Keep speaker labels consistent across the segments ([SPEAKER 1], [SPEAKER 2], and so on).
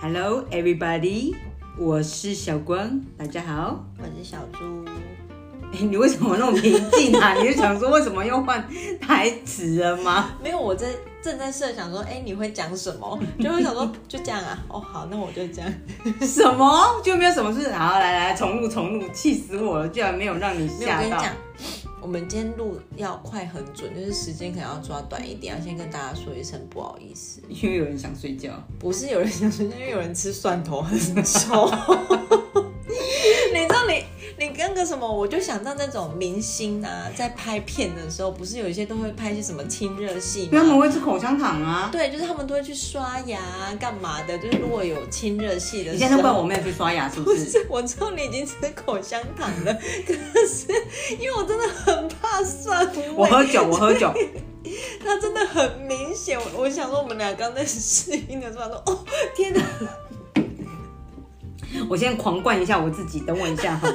[SPEAKER 1] Hello, everybody，我是小光，大家好。
[SPEAKER 2] 我是小猪，
[SPEAKER 1] 哎、你为什么那么平静 啊？你是想说为什么又换台词了吗？
[SPEAKER 2] 没有，我在正在设想说，哎、你会讲什 么？就会想说，就这样啊，哦，好，那我就这样。
[SPEAKER 1] 什么？就没有什么事？好，来来，重录重录，气死我了！居然没有让你
[SPEAKER 2] 没有，我
[SPEAKER 1] 吓
[SPEAKER 2] 跟你
[SPEAKER 1] 到。
[SPEAKER 2] 讲，我们今天录要快很准，就是时间可能要抓短一点，要先跟大家说一声不好意思。
[SPEAKER 1] 因为有人想睡觉。
[SPEAKER 2] 不是有人想说，因为有人吃蒜头很 臭。你知道你你跟个什么？我就想到那种明星啊，在拍片的时候，不是有一些都会拍一些什么亲热戏
[SPEAKER 1] 因为他
[SPEAKER 2] 吗？
[SPEAKER 1] 们会吃口香糖啊。
[SPEAKER 2] 对，就是他们都会去刷牙啊干嘛的。就是如果有亲热戏的时候，
[SPEAKER 1] 你现在都怪我妹去刷牙是不
[SPEAKER 2] 呃不
[SPEAKER 1] 是？
[SPEAKER 2] 是，我知道你已经吃口香糖了，可是因为我真的很怕蒜
[SPEAKER 1] 我
[SPEAKER 2] 味，
[SPEAKER 1] 喝酒，我喝酒。
[SPEAKER 2] 它真的很明显。我我想说，我们俩刚在试音的时候，说哦， 天哪！
[SPEAKER 1] 我先狂灌一下我自己，等我一下哈。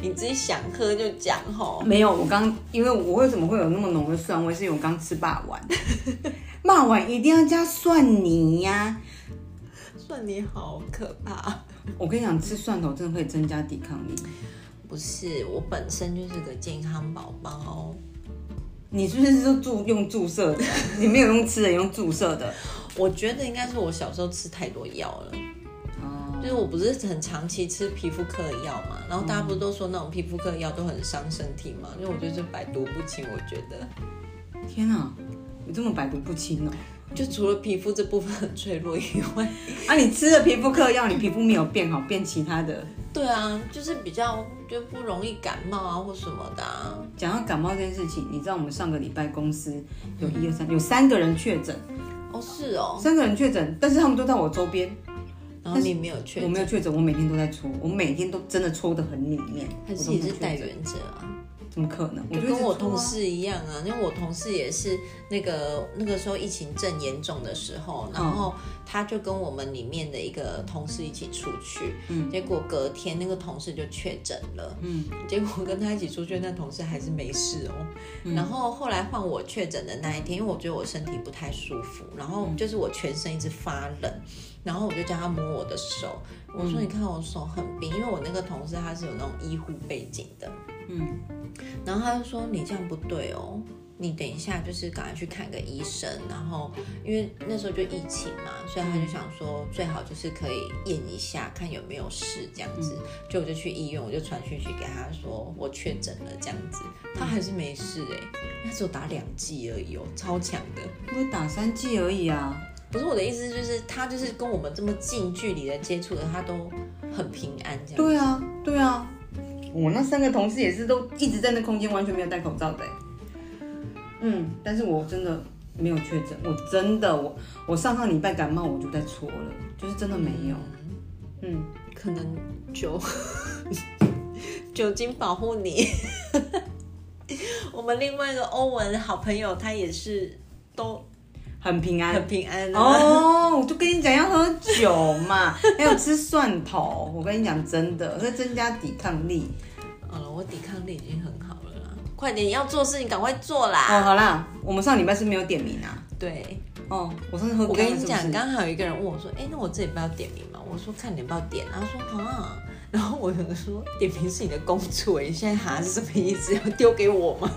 [SPEAKER 2] 你自己想喝就讲吼。
[SPEAKER 1] 没有，我刚因为我为什么会有那么浓的蒜味，是因为我刚吃霸王， 霸王一定要加蒜泥呀、
[SPEAKER 2] 蒜泥好可怕。
[SPEAKER 1] 我跟你讲，吃蒜头真的会增加抵抗力。
[SPEAKER 2] 不是，我本身就是个健康宝宝。
[SPEAKER 1] 你是不是都注用注射的？ 你没有用吃的，用注射的。
[SPEAKER 2] 我觉得应该是我小时候吃太多药了，
[SPEAKER 1] 哦，
[SPEAKER 2] 就是我不是很长期吃皮肤科的药嘛，然后大家不是都说那种皮肤科的药都很伤身体嘛，因为我就是百毒不侵，我觉得。
[SPEAKER 1] 天哪，你这么百毒不侵哦！
[SPEAKER 2] 就除了皮肤这部分很脆弱以外，
[SPEAKER 1] 啊，你吃了皮肤科药，你皮肤没有变好，变其他的。
[SPEAKER 2] 对啊，就是比较就不容易感冒啊或什么的、啊。
[SPEAKER 1] 讲到感冒这件事情，你知道我们上个礼拜公司有一二三，有三个人确诊，
[SPEAKER 2] 哦，是哦，
[SPEAKER 1] 三个人确诊，但是他们都在我周边，
[SPEAKER 2] 然后你没有确
[SPEAKER 1] 我
[SPEAKER 2] 诊，
[SPEAKER 1] 没有确诊，我每天都在搓，我每天都真的搓得很里面。
[SPEAKER 2] 还是
[SPEAKER 1] 我都
[SPEAKER 2] 你
[SPEAKER 1] 没
[SPEAKER 2] 是
[SPEAKER 1] 有
[SPEAKER 2] 带
[SPEAKER 1] 确诊？
[SPEAKER 2] 原者啊？
[SPEAKER 1] 怎么可能？
[SPEAKER 2] 就
[SPEAKER 1] 一直
[SPEAKER 2] 跟
[SPEAKER 1] 搓
[SPEAKER 2] 我
[SPEAKER 1] 啊
[SPEAKER 2] 同事一样啊，因为我同事也是那个那个时候疫情正严重的时候，然后他就跟我们里面的一个同事一起出去，嗯，结果隔天那个同事就确诊了，嗯， 结果跟他一起出去的那同事还是没事哦， 然后后来换我确诊的那一天，因为我觉得我身体不太舒服，然后就是我全身一直发冷。然后我就叫他摸我的手，我说你看我手很冰，因为我那个同事他是有那种医护背景的，然后他就说你这样不对哦，你等一下就是赶快去看个医生，然后因为那时候就疫情嘛，所以他就想说最好就是可以验一下，看有没有事这样子。就我就去医院，我就传讯息给他说我确诊了这样子，他还是没事哎、他只有打两剂而已哦，超强的。
[SPEAKER 1] 我打三剂而已啊。
[SPEAKER 2] 不是我的意思，就是他就是跟我们这么近距离的接触的，他都很平安这样。
[SPEAKER 1] 对啊，对啊。我那三个同事也是都一直在那空间，完全没有戴口罩的欸。嗯，但是我真的没有确诊，我真的我我上上礼拜感冒我就在搓了，就是真的没有。嗯，
[SPEAKER 2] 可能酒 酒精保护你。 我们另外一个欧文好朋友，他也是都
[SPEAKER 1] 很平安。
[SPEAKER 2] 很平安的。
[SPEAKER 1] 哦，我就跟你讲要喝酒嘛，还有吃蒜头。我跟你讲，真的会增加抵抗力。
[SPEAKER 2] 好了，我抵抗力已经很好了啦，快点，你要做的事情赶快做啦。
[SPEAKER 1] 哦，好啦，我们上礼拜是没有点名啊。
[SPEAKER 2] 对，
[SPEAKER 1] 哦，我上次喝
[SPEAKER 2] 我
[SPEAKER 1] 咖啡
[SPEAKER 2] 跟你
[SPEAKER 1] 是不
[SPEAKER 2] 讲，
[SPEAKER 1] 是
[SPEAKER 2] 刚刚还有一个人问我说：“哎、那我这礼拜要点名吗？”我说：“看你要不要点。”他说：“啊。”然后我就说：“点名是你的工作，你现在哈是什么意思？要丢给我吗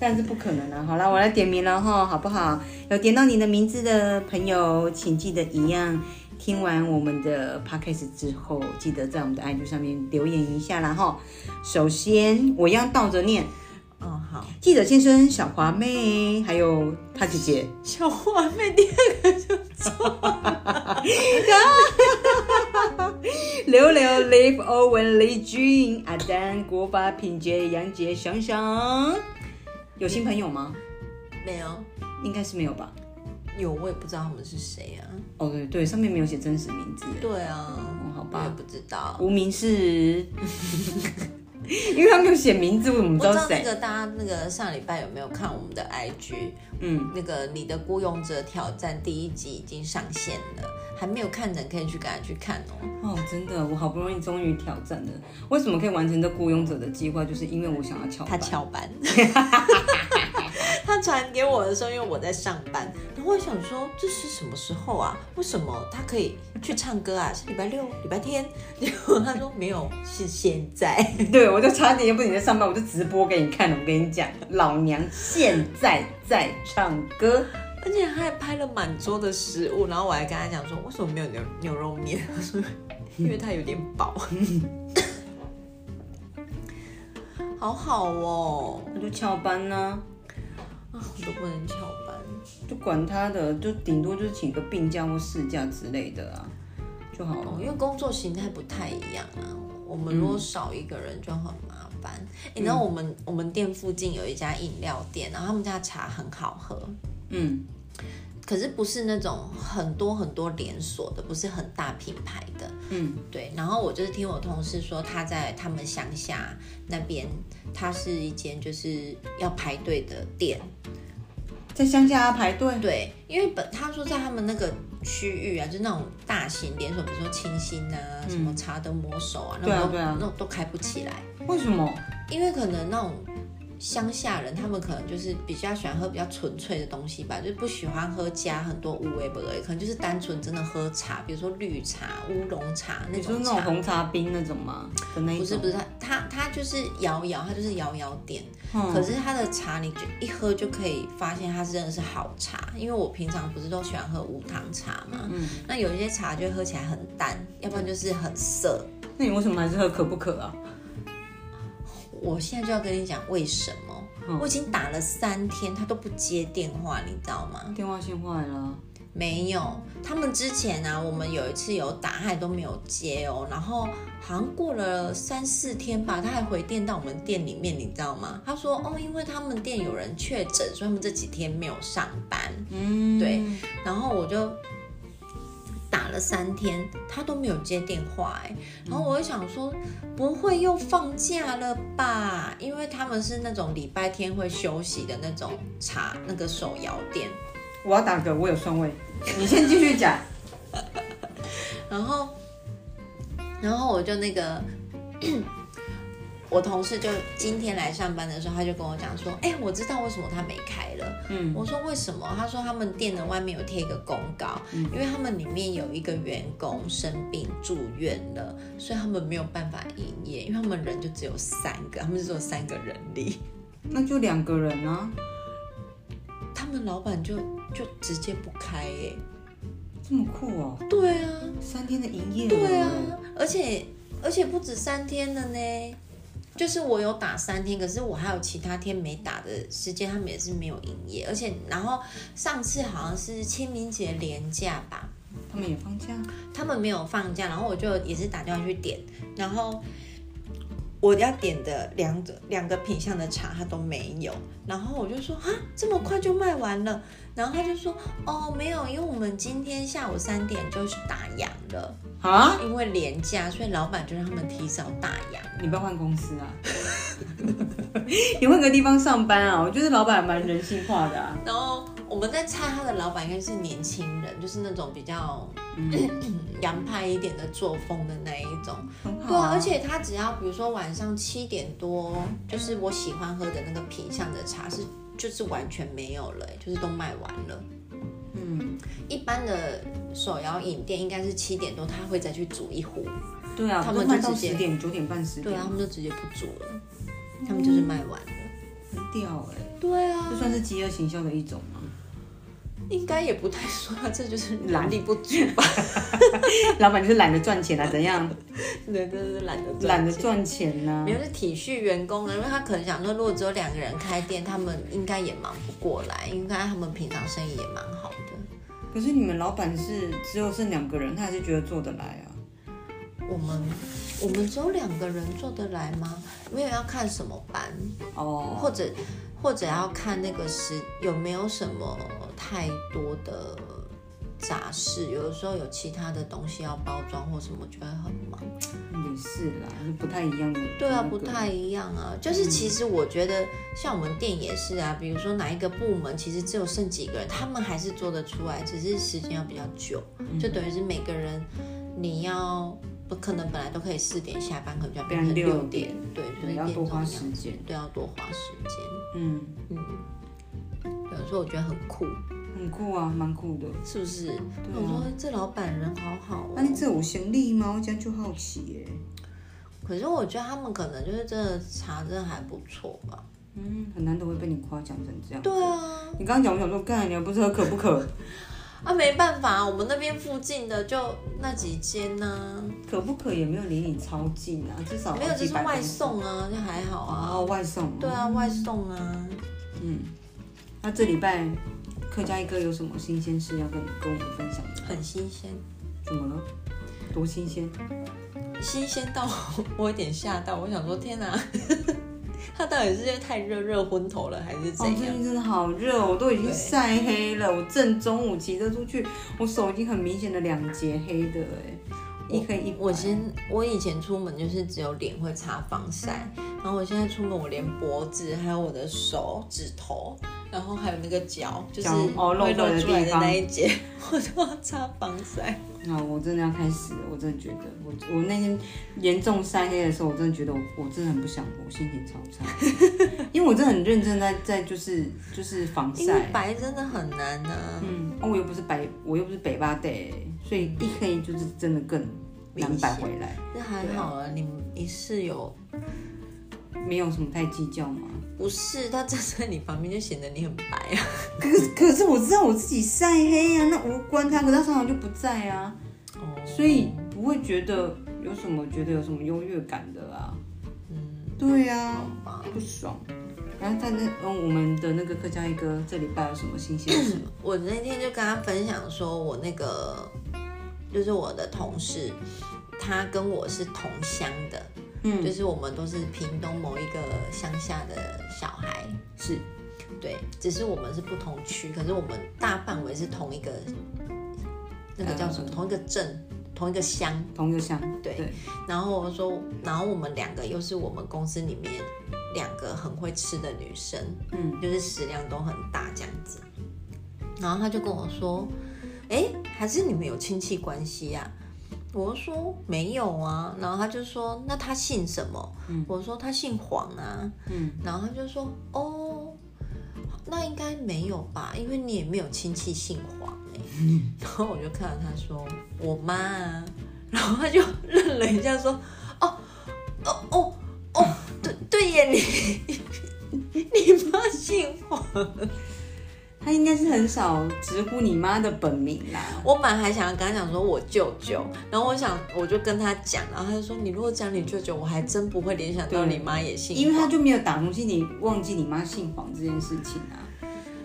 [SPEAKER 1] 但是不可能啊。好啦，我来点名了哈，好不好？有点到你的名字的朋友，请记得一样。听完我们的 podcast 之后，记得在我们的 IG 上面留言一下啦哈。首先，我一样倒着念：？”
[SPEAKER 2] 嗯，好。
[SPEAKER 1] 记者先生、小华妹，还有他姐姐。
[SPEAKER 2] 小花妹第二个就
[SPEAKER 1] 刘刘、Live、欧文、李俊、阿丹、国巴、品杰、杨杰、想想，有新朋友吗？
[SPEAKER 2] 没有。
[SPEAKER 1] 应该是没有吧。
[SPEAKER 2] 有，我也不知道他们是谁啊。
[SPEAKER 1] 哦，对对，上面没有写真实名字。哦
[SPEAKER 2] 对啊，
[SPEAKER 1] 好吧
[SPEAKER 2] 我也不知道。
[SPEAKER 1] 无名氏， 因为他没有写名字，我怎么
[SPEAKER 2] 不
[SPEAKER 1] 知
[SPEAKER 2] 知
[SPEAKER 1] 道
[SPEAKER 2] 道那
[SPEAKER 1] 谁？
[SPEAKER 2] 个大家那个上礼拜有没有看我们的 IG？
[SPEAKER 1] 嗯，
[SPEAKER 2] 那个你的孤勇者挑战第一集已经上线了，还没有看的人可以去赶快去看哦。
[SPEAKER 1] 哦，真的，我好不容易终于挑战了。为什么可以完成这雇佣者的计划？就是因为我想要翘
[SPEAKER 2] 他
[SPEAKER 1] 班。
[SPEAKER 2] 翘班，他传给我的时候，因为我在上班，然后我想说这是什么时候啊？为什么他可以去唱歌啊？是礼拜六、礼拜天？ 结果他说没有，是现在。
[SPEAKER 1] 对，我就差点，要不你在上班，我就直播给你看了。我跟你讲，老娘现在在唱歌。
[SPEAKER 2] 而且他还拍了满桌的食物，然后我还跟他讲说，为什么没有牛牛肉面？ 他说，因为它有点饱。好好哦，
[SPEAKER 1] 我就翘班呢、
[SPEAKER 2] 啊，我都不能翘班。
[SPEAKER 1] 就管他的，就顶多就是请个病假或事假之类的啊，就好了。
[SPEAKER 2] 哦，因为工作形态不太一样啊。我们如果少一个人就很麻烦。你知道我们我们店附近有一家饮料店，然后他们家茶很好喝，
[SPEAKER 1] 嗯
[SPEAKER 2] 可是不是那种很多很多连锁的，不是很大品牌的。
[SPEAKER 1] 嗯
[SPEAKER 2] 对，然后我就是听我同事说，他在他们乡下那边，它是一间就是要排队的店。
[SPEAKER 1] 在乡下啊排队，
[SPEAKER 2] 对，因为本他说在他们那个区域啊，就那种大型连锁，比如说清新啊，什么茶的魔手啊，那
[SPEAKER 1] 嗯对啊
[SPEAKER 2] 种都
[SPEAKER 1] 对啊
[SPEAKER 2] 那种都开不起来，
[SPEAKER 1] 为什么？
[SPEAKER 2] 因为可能那种。乡下人他们可能就是比较喜欢喝比较纯粹的东西吧，就是不喜欢喝加很多无为不为，可能就是单纯真的喝茶，比如说绿茶、乌龙茶那
[SPEAKER 1] 你说
[SPEAKER 2] 种
[SPEAKER 1] 那
[SPEAKER 2] 茶
[SPEAKER 1] 种。红茶冰那种吗？的那一种？
[SPEAKER 2] 不是不是，他他他就是摇摇，他就是摇摇店。
[SPEAKER 1] 嗯
[SPEAKER 2] 可是他的茶，你就一喝就可以发现它真的是好茶。因为我平常不是都喜欢喝无糖茶嘛，
[SPEAKER 1] 嗯
[SPEAKER 2] 那有一些茶就喝起来很淡，要不然就是很涩。
[SPEAKER 1] 那你为什么还是喝可不可啊？
[SPEAKER 2] 我现在就要跟你讲为什么。
[SPEAKER 1] 嗯
[SPEAKER 2] 我已经打了三天，他都不接电话，你知道吗？
[SPEAKER 1] 电话线坏了啊，
[SPEAKER 2] 没有，他们之前啊，我们有一次有打，他也都没有接哦。然后好像过了三四天吧，他还回电到我们店里面，你知道吗？他说哦，因为他们店有人确诊，所以他们这几天没有上班。
[SPEAKER 1] 嗯，
[SPEAKER 2] 对，然后我就打了三天，他都没有接电话哎、然后我就想说，不会又放假了吧？因为他们是那种礼拜天会休息的那种茶那个手摇店。
[SPEAKER 1] 我要打嗝，我有蒜味，你先继续讲。
[SPEAKER 2] 然后，然后我就那个， 我同事就今天来上班的时候，他就跟我讲说，哎、我知道为什么他没开了。
[SPEAKER 1] 嗯
[SPEAKER 2] 我说为什么？他说他们店的外面有贴一个公告，因为他们里面有一个员工生病住院了，所以他们没有办法营业，因为他们人就只有三个，他们只有三个人 力。
[SPEAKER 1] 那就两个人啊，
[SPEAKER 2] 他们老板就就直接不开耶、
[SPEAKER 1] 这么酷哦，
[SPEAKER 2] 对啊，
[SPEAKER 1] 三天的营业额，
[SPEAKER 2] 对啊，而且而且不止三天了呢。就是我有打三天，可是我还有其他天没打的时间，他们也是没有营业。而且，然后上次好像是清明节连假吧，
[SPEAKER 1] 他们也放假，
[SPEAKER 2] 他们没有放假，然后我就也是打电话去点，然后我要点的两个两个品相的茶他都没有，然后我就说啊，这么快就卖完了，然后他就说哦没有，因为我们今天下午三点就是打烊了，
[SPEAKER 1] 啊，
[SPEAKER 2] 因为廉价，所以老板就让他们提早打烊。
[SPEAKER 1] 你不要换公司啊， 你换个地方上班啊，我觉得老板还蛮人性化的啊，
[SPEAKER 2] 然后我们在猜他的老板应该是年轻人，就是那种比较洋派一点的作风的那一种。
[SPEAKER 1] 很好
[SPEAKER 2] 对啊，
[SPEAKER 1] 啊，
[SPEAKER 2] 而且他只要比如说晚上七点多，就是我喜欢喝的那个品相的茶是就是完全没有了、欸就是都卖完了。
[SPEAKER 1] 嗯，
[SPEAKER 2] 一般的手摇饮店应该是七点多他会再去煮一壶，
[SPEAKER 1] 对啊，
[SPEAKER 2] 他们
[SPEAKER 1] 都卖
[SPEAKER 2] 就
[SPEAKER 1] 到
[SPEAKER 2] 直接
[SPEAKER 1] 十点、九点半、十
[SPEAKER 2] 对
[SPEAKER 1] 点
[SPEAKER 2] 啊，，他们就直接不煮了，他们就是卖完了。
[SPEAKER 1] 很屌哎，
[SPEAKER 2] 嗯对
[SPEAKER 1] 这
[SPEAKER 2] 啊，
[SPEAKER 1] 算是饥饿行销的一种吗？
[SPEAKER 2] 应该也不太说他这就是能力不足吧？
[SPEAKER 1] 老板就是懒得赚钱啊，怎样？
[SPEAKER 2] 对，就是懒得赚
[SPEAKER 1] 懒得
[SPEAKER 2] 钱
[SPEAKER 1] 赚钱呐、
[SPEAKER 2] 没有是体恤员工的，因为他可能想说，如果只有两个人开店，他们应该也忙不过来，应该他们平常生意也蛮好的。
[SPEAKER 1] 可是你们老板是只有剩两个人，他还是觉得做得来啊？
[SPEAKER 2] 我们我们只有两个人做得来吗？没有要看什么班，
[SPEAKER 1] 哦，
[SPEAKER 2] 或者或者要看那个时有没有什么太多的杂事，有的时候有其他的东西要包装或什么，就会很忙。
[SPEAKER 1] 也是啦，就不太一样的、
[SPEAKER 2] 对啊，不太。一样啊。就是其实我觉得，像我们店也是啊，比如说哪一个部门其实只有剩几个人，他们还是做得出来，只是时间要比较久，就等于是每个人你要不可能本来都可以四点下班，可能就要变成
[SPEAKER 1] 变成
[SPEAKER 2] 六
[SPEAKER 1] 6
[SPEAKER 2] 点，对，就是
[SPEAKER 1] 对，要
[SPEAKER 2] 变
[SPEAKER 1] 多
[SPEAKER 2] 成这
[SPEAKER 1] 花
[SPEAKER 2] 样
[SPEAKER 1] 时间。
[SPEAKER 2] 对，要多花时间。
[SPEAKER 1] 嗯，
[SPEAKER 2] 嗯，对，所以我觉得很酷。
[SPEAKER 1] 很很酷啊，蛮酷的。
[SPEAKER 2] 是不是？我说哎这老板人好好哦、
[SPEAKER 1] 那你这有行李吗？我这样就好奇耶、
[SPEAKER 2] 可是我觉得他们可能就是真的茶真的还不错吧。
[SPEAKER 1] 嗯，很难得会被你夸奖成这样。
[SPEAKER 2] 对啊，
[SPEAKER 1] 你刚刚讲，我想说，干，你还不知道渴不 渴？
[SPEAKER 2] 啊没办法，我们那边附近的就那几间呢、
[SPEAKER 1] 渴不渴也没有离你超近啊，至少
[SPEAKER 2] 没有就
[SPEAKER 1] 几
[SPEAKER 2] 是
[SPEAKER 1] 百
[SPEAKER 2] 外
[SPEAKER 1] 公尺
[SPEAKER 2] 送啊，就还好啊。
[SPEAKER 1] 哦，外送。嗯
[SPEAKER 2] 对，啊，外送啊。
[SPEAKER 1] 那这礼拜客家一哥有什么新鲜事要跟跟我们分享的？
[SPEAKER 2] 很新鲜，
[SPEAKER 1] 怎么了？多新鲜？
[SPEAKER 2] 新鲜到我有点吓到，我想说天哪、 他到底是因为太热热昏头了，还是
[SPEAKER 1] 哦
[SPEAKER 2] 怎，
[SPEAKER 1] 最
[SPEAKER 2] 样？
[SPEAKER 1] 近真的好热哦，我都已经
[SPEAKER 2] 对
[SPEAKER 1] 晒黑了。我正中午骑车出去，我手已经很明显的两节黑的哎，一黑一白。
[SPEAKER 2] 我先，我以前出门就是只有脸会擦防晒，然后我现在出门我连脖子还有我的手指头，然后还有那个脚，就是
[SPEAKER 1] 脚哦露
[SPEAKER 2] 会露
[SPEAKER 1] 出来的
[SPEAKER 2] 出来
[SPEAKER 1] 地
[SPEAKER 2] 的
[SPEAKER 1] 方
[SPEAKER 2] 那一节， 我都要擦防晒。
[SPEAKER 1] 那、我真的要开始了，我真的觉得，我我那天严重晒黑的时候，我真的觉得我我真的很不想活，心情超差， 因为我真的很认真在在就是就是防
[SPEAKER 2] 因为
[SPEAKER 1] 晒，
[SPEAKER 2] 白真的很难啊呐、
[SPEAKER 1] 嗯，哦，我又不是白，我又不是北巴的，所以一黑就是真的更难摆回来，
[SPEAKER 2] 那还好啊，你你室友
[SPEAKER 1] 没有什么太计较嘛。
[SPEAKER 2] 不是他站在你旁边就显得你很白啊。
[SPEAKER 1] 可是可是我知道我自己晒黑啊，那无关他，可是他常常就不在啊，所以不会觉得有什么觉得有什么优越感的啊，
[SPEAKER 2] 嗯，
[SPEAKER 1] 对啊
[SPEAKER 2] 好。吧，
[SPEAKER 1] 不爽。然后在那嗯，我们的那个客家一哥这礼拜有什么新鲜事？
[SPEAKER 2] 我那天就跟他分享说，我那个就是我的同事，他跟我是同乡的，
[SPEAKER 1] 嗯，
[SPEAKER 2] 就是我们都是屏东某一个乡下的小孩，
[SPEAKER 1] 是
[SPEAKER 2] 对，只是我们是不同区，可是我们大范围是同一个，那个叫什么？同一个镇，同一个乡。
[SPEAKER 1] 同一个乡，
[SPEAKER 2] 对
[SPEAKER 1] 对，
[SPEAKER 2] 然后我说，然后我们两个又是我们公司里面两个很会吃的女生，
[SPEAKER 1] 嗯，
[SPEAKER 2] 就是食量都很大这样子。然后他就跟我说：“哎，还是你们有亲戚关系呀、我就说：“没有啊。”然后他就说：“那他姓什么？”我说：“他姓黄啊。”
[SPEAKER 1] 嗯，
[SPEAKER 2] 然后他就说：“哦，那应该没有吧，因为你也没有亲戚姓黄、欸。 然后我就看到他说：“我妈啊。”然后他就愣了一下，说：“哦，哦哦哦，对对耶，你你妈姓黄。”
[SPEAKER 1] 他应该是很少直呼你妈的本名啦。
[SPEAKER 2] 我本来还想要跟他讲说我舅舅，然后我想我就跟他讲，然后他就说你如果讲你舅舅，我还真不会联想到你妈也姓黄，
[SPEAKER 1] 因为他就没有打从心里忘记你妈姓黄这件事情啊，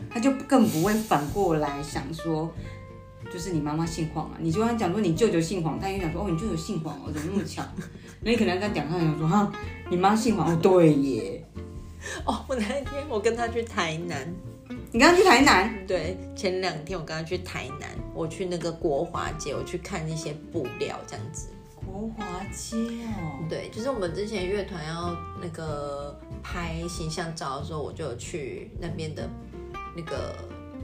[SPEAKER 1] 他就更不会反过来想说，就是你妈妈姓黄啊。你就跟他讲说你舅舅姓黄，他也想说哦，你舅舅姓黄哦，怎么那么巧？那你可能要跟他讲，他想说哈，你妈姓黄哦，对耶。
[SPEAKER 2] 哦，我那一天我跟他去台南，
[SPEAKER 1] 你刚刚去台南，
[SPEAKER 2] 对，前两天我跟他去台南，我去那个国华街，我去看一些布料这样子，
[SPEAKER 1] 国华街哦，
[SPEAKER 2] 对，就是我们之前乐团要那个拍形象照的时候，我就有去那边的那个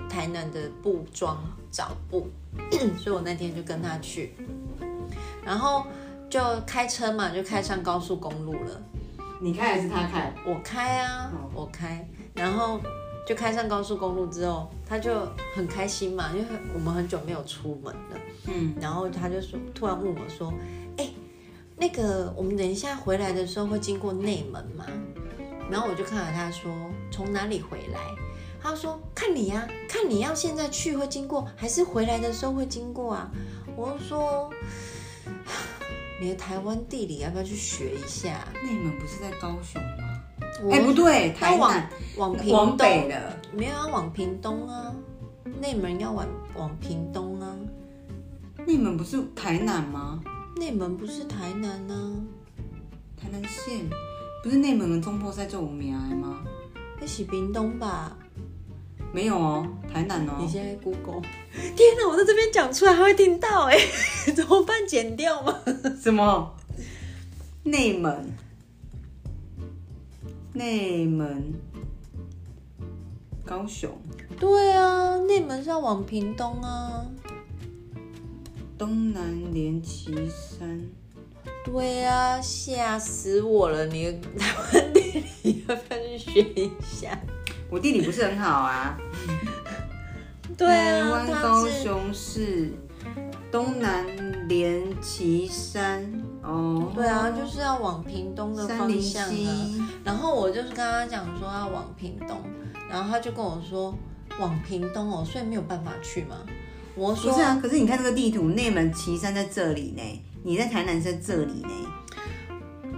[SPEAKER 2] 台南的布庄找布， 所以我那天就跟他去，然后就开车嘛，就开上高速公路了。
[SPEAKER 1] 你开还是他开？
[SPEAKER 2] 我开啊，我开，然后就开上高速公路之后，他就很开心嘛，因为我们很久没有出门了，嗯，然后他就说，突然问我说，哎、那个我们等一下回来的时候会经过内门吗？然后我就看到他说从哪里回来，他说看你呀、看你要现在去会经过，还是回来的时候会经过啊？我就说。你的台湾地理要不要去学一下？
[SPEAKER 1] 内门不是在高雄吗？
[SPEAKER 2] 我
[SPEAKER 1] 哎、不对，台
[SPEAKER 2] 要往
[SPEAKER 1] 南
[SPEAKER 2] 往屏
[SPEAKER 1] 往
[SPEAKER 2] 东，
[SPEAKER 1] 北了。
[SPEAKER 2] 没有要往屏东啊，内门要往往屏东啊，
[SPEAKER 1] 内门不是台南吗？
[SPEAKER 2] 内门不是台南啊，
[SPEAKER 1] 台南县不是内门跟中破塞就有名的吗？
[SPEAKER 2] 那是屏东吧？
[SPEAKER 1] 没有哦，台南
[SPEAKER 2] 你
[SPEAKER 1] 哦。
[SPEAKER 2] 现在 Google，天哪，我在这边讲出来，他会听到哎、 怎么办？剪掉吗？
[SPEAKER 1] 什么？内门？内门？高雄
[SPEAKER 2] 对啊，内门是要往屏东啊，
[SPEAKER 1] 东南连旗山，
[SPEAKER 2] 对啊，吓死我了！你的台湾地理要不要去学一下？
[SPEAKER 1] 我地理不是很好啊。
[SPEAKER 2] 对啊
[SPEAKER 1] 台湾
[SPEAKER 2] 他
[SPEAKER 1] 高
[SPEAKER 2] 是
[SPEAKER 1] 雄市东南连旗山哦，
[SPEAKER 2] 对啊，就是要往屏东的
[SPEAKER 1] 三
[SPEAKER 2] 方
[SPEAKER 1] 林
[SPEAKER 2] 向啊。
[SPEAKER 1] 溪，
[SPEAKER 2] 然后我就是跟他讲说要往屏东，然后他就跟我说往屏东哦，所以没有办法去嘛。我
[SPEAKER 1] 不
[SPEAKER 2] 说
[SPEAKER 1] 是啊，可是你看这个地图，内门旗山在这里呢，你在台南在这里呢，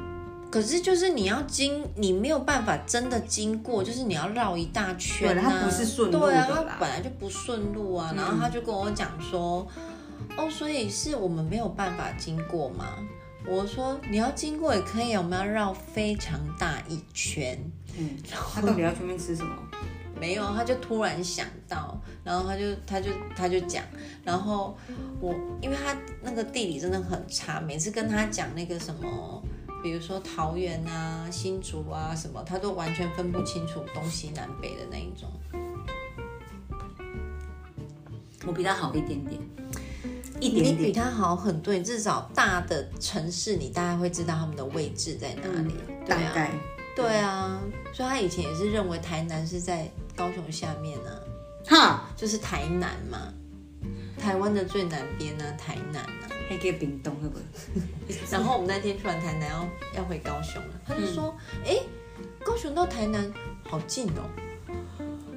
[SPEAKER 2] 可是就是你要经，你没有办法真的经过，就是你要绕一大圈、
[SPEAKER 1] 对
[SPEAKER 2] 啊。
[SPEAKER 1] 它不是顺路的
[SPEAKER 2] 对
[SPEAKER 1] 啦嗯
[SPEAKER 2] 啊，它本来就不顺路啊。然后他就跟我讲说，哦，所以是我们没有办法经过吗？我说你要经过也可以啊，我们要绕非常大一圈。
[SPEAKER 1] 嗯，他到底要去那边吃什么？
[SPEAKER 2] 没有，他就突然想到，然后他就他就他就讲，然后我因为他那个地理真的很差，每次跟他讲那个什么，比如说桃园啊、新竹啊什么，他都完全分不清楚东西南北的那一种。
[SPEAKER 1] 我比他好一点点，一
[SPEAKER 2] 你
[SPEAKER 1] 点
[SPEAKER 2] 比
[SPEAKER 1] 点，
[SPEAKER 2] 他好很多，你至少大的城市你大概会知道他们的位置在哪里。对
[SPEAKER 1] 大
[SPEAKER 2] 啊，
[SPEAKER 1] 概。
[SPEAKER 2] 对啊，所以他以前也是认为台南是在高雄下面啊。
[SPEAKER 1] 哈，
[SPEAKER 2] 就是台南嘛，台湾的最南边呢、台南啊。
[SPEAKER 1] 还给冰冻会不会？
[SPEAKER 2] 然后我们那天去完台南要要回高雄了，他就说：“
[SPEAKER 1] 嗯
[SPEAKER 2] 哎、高雄到台南好近哦。”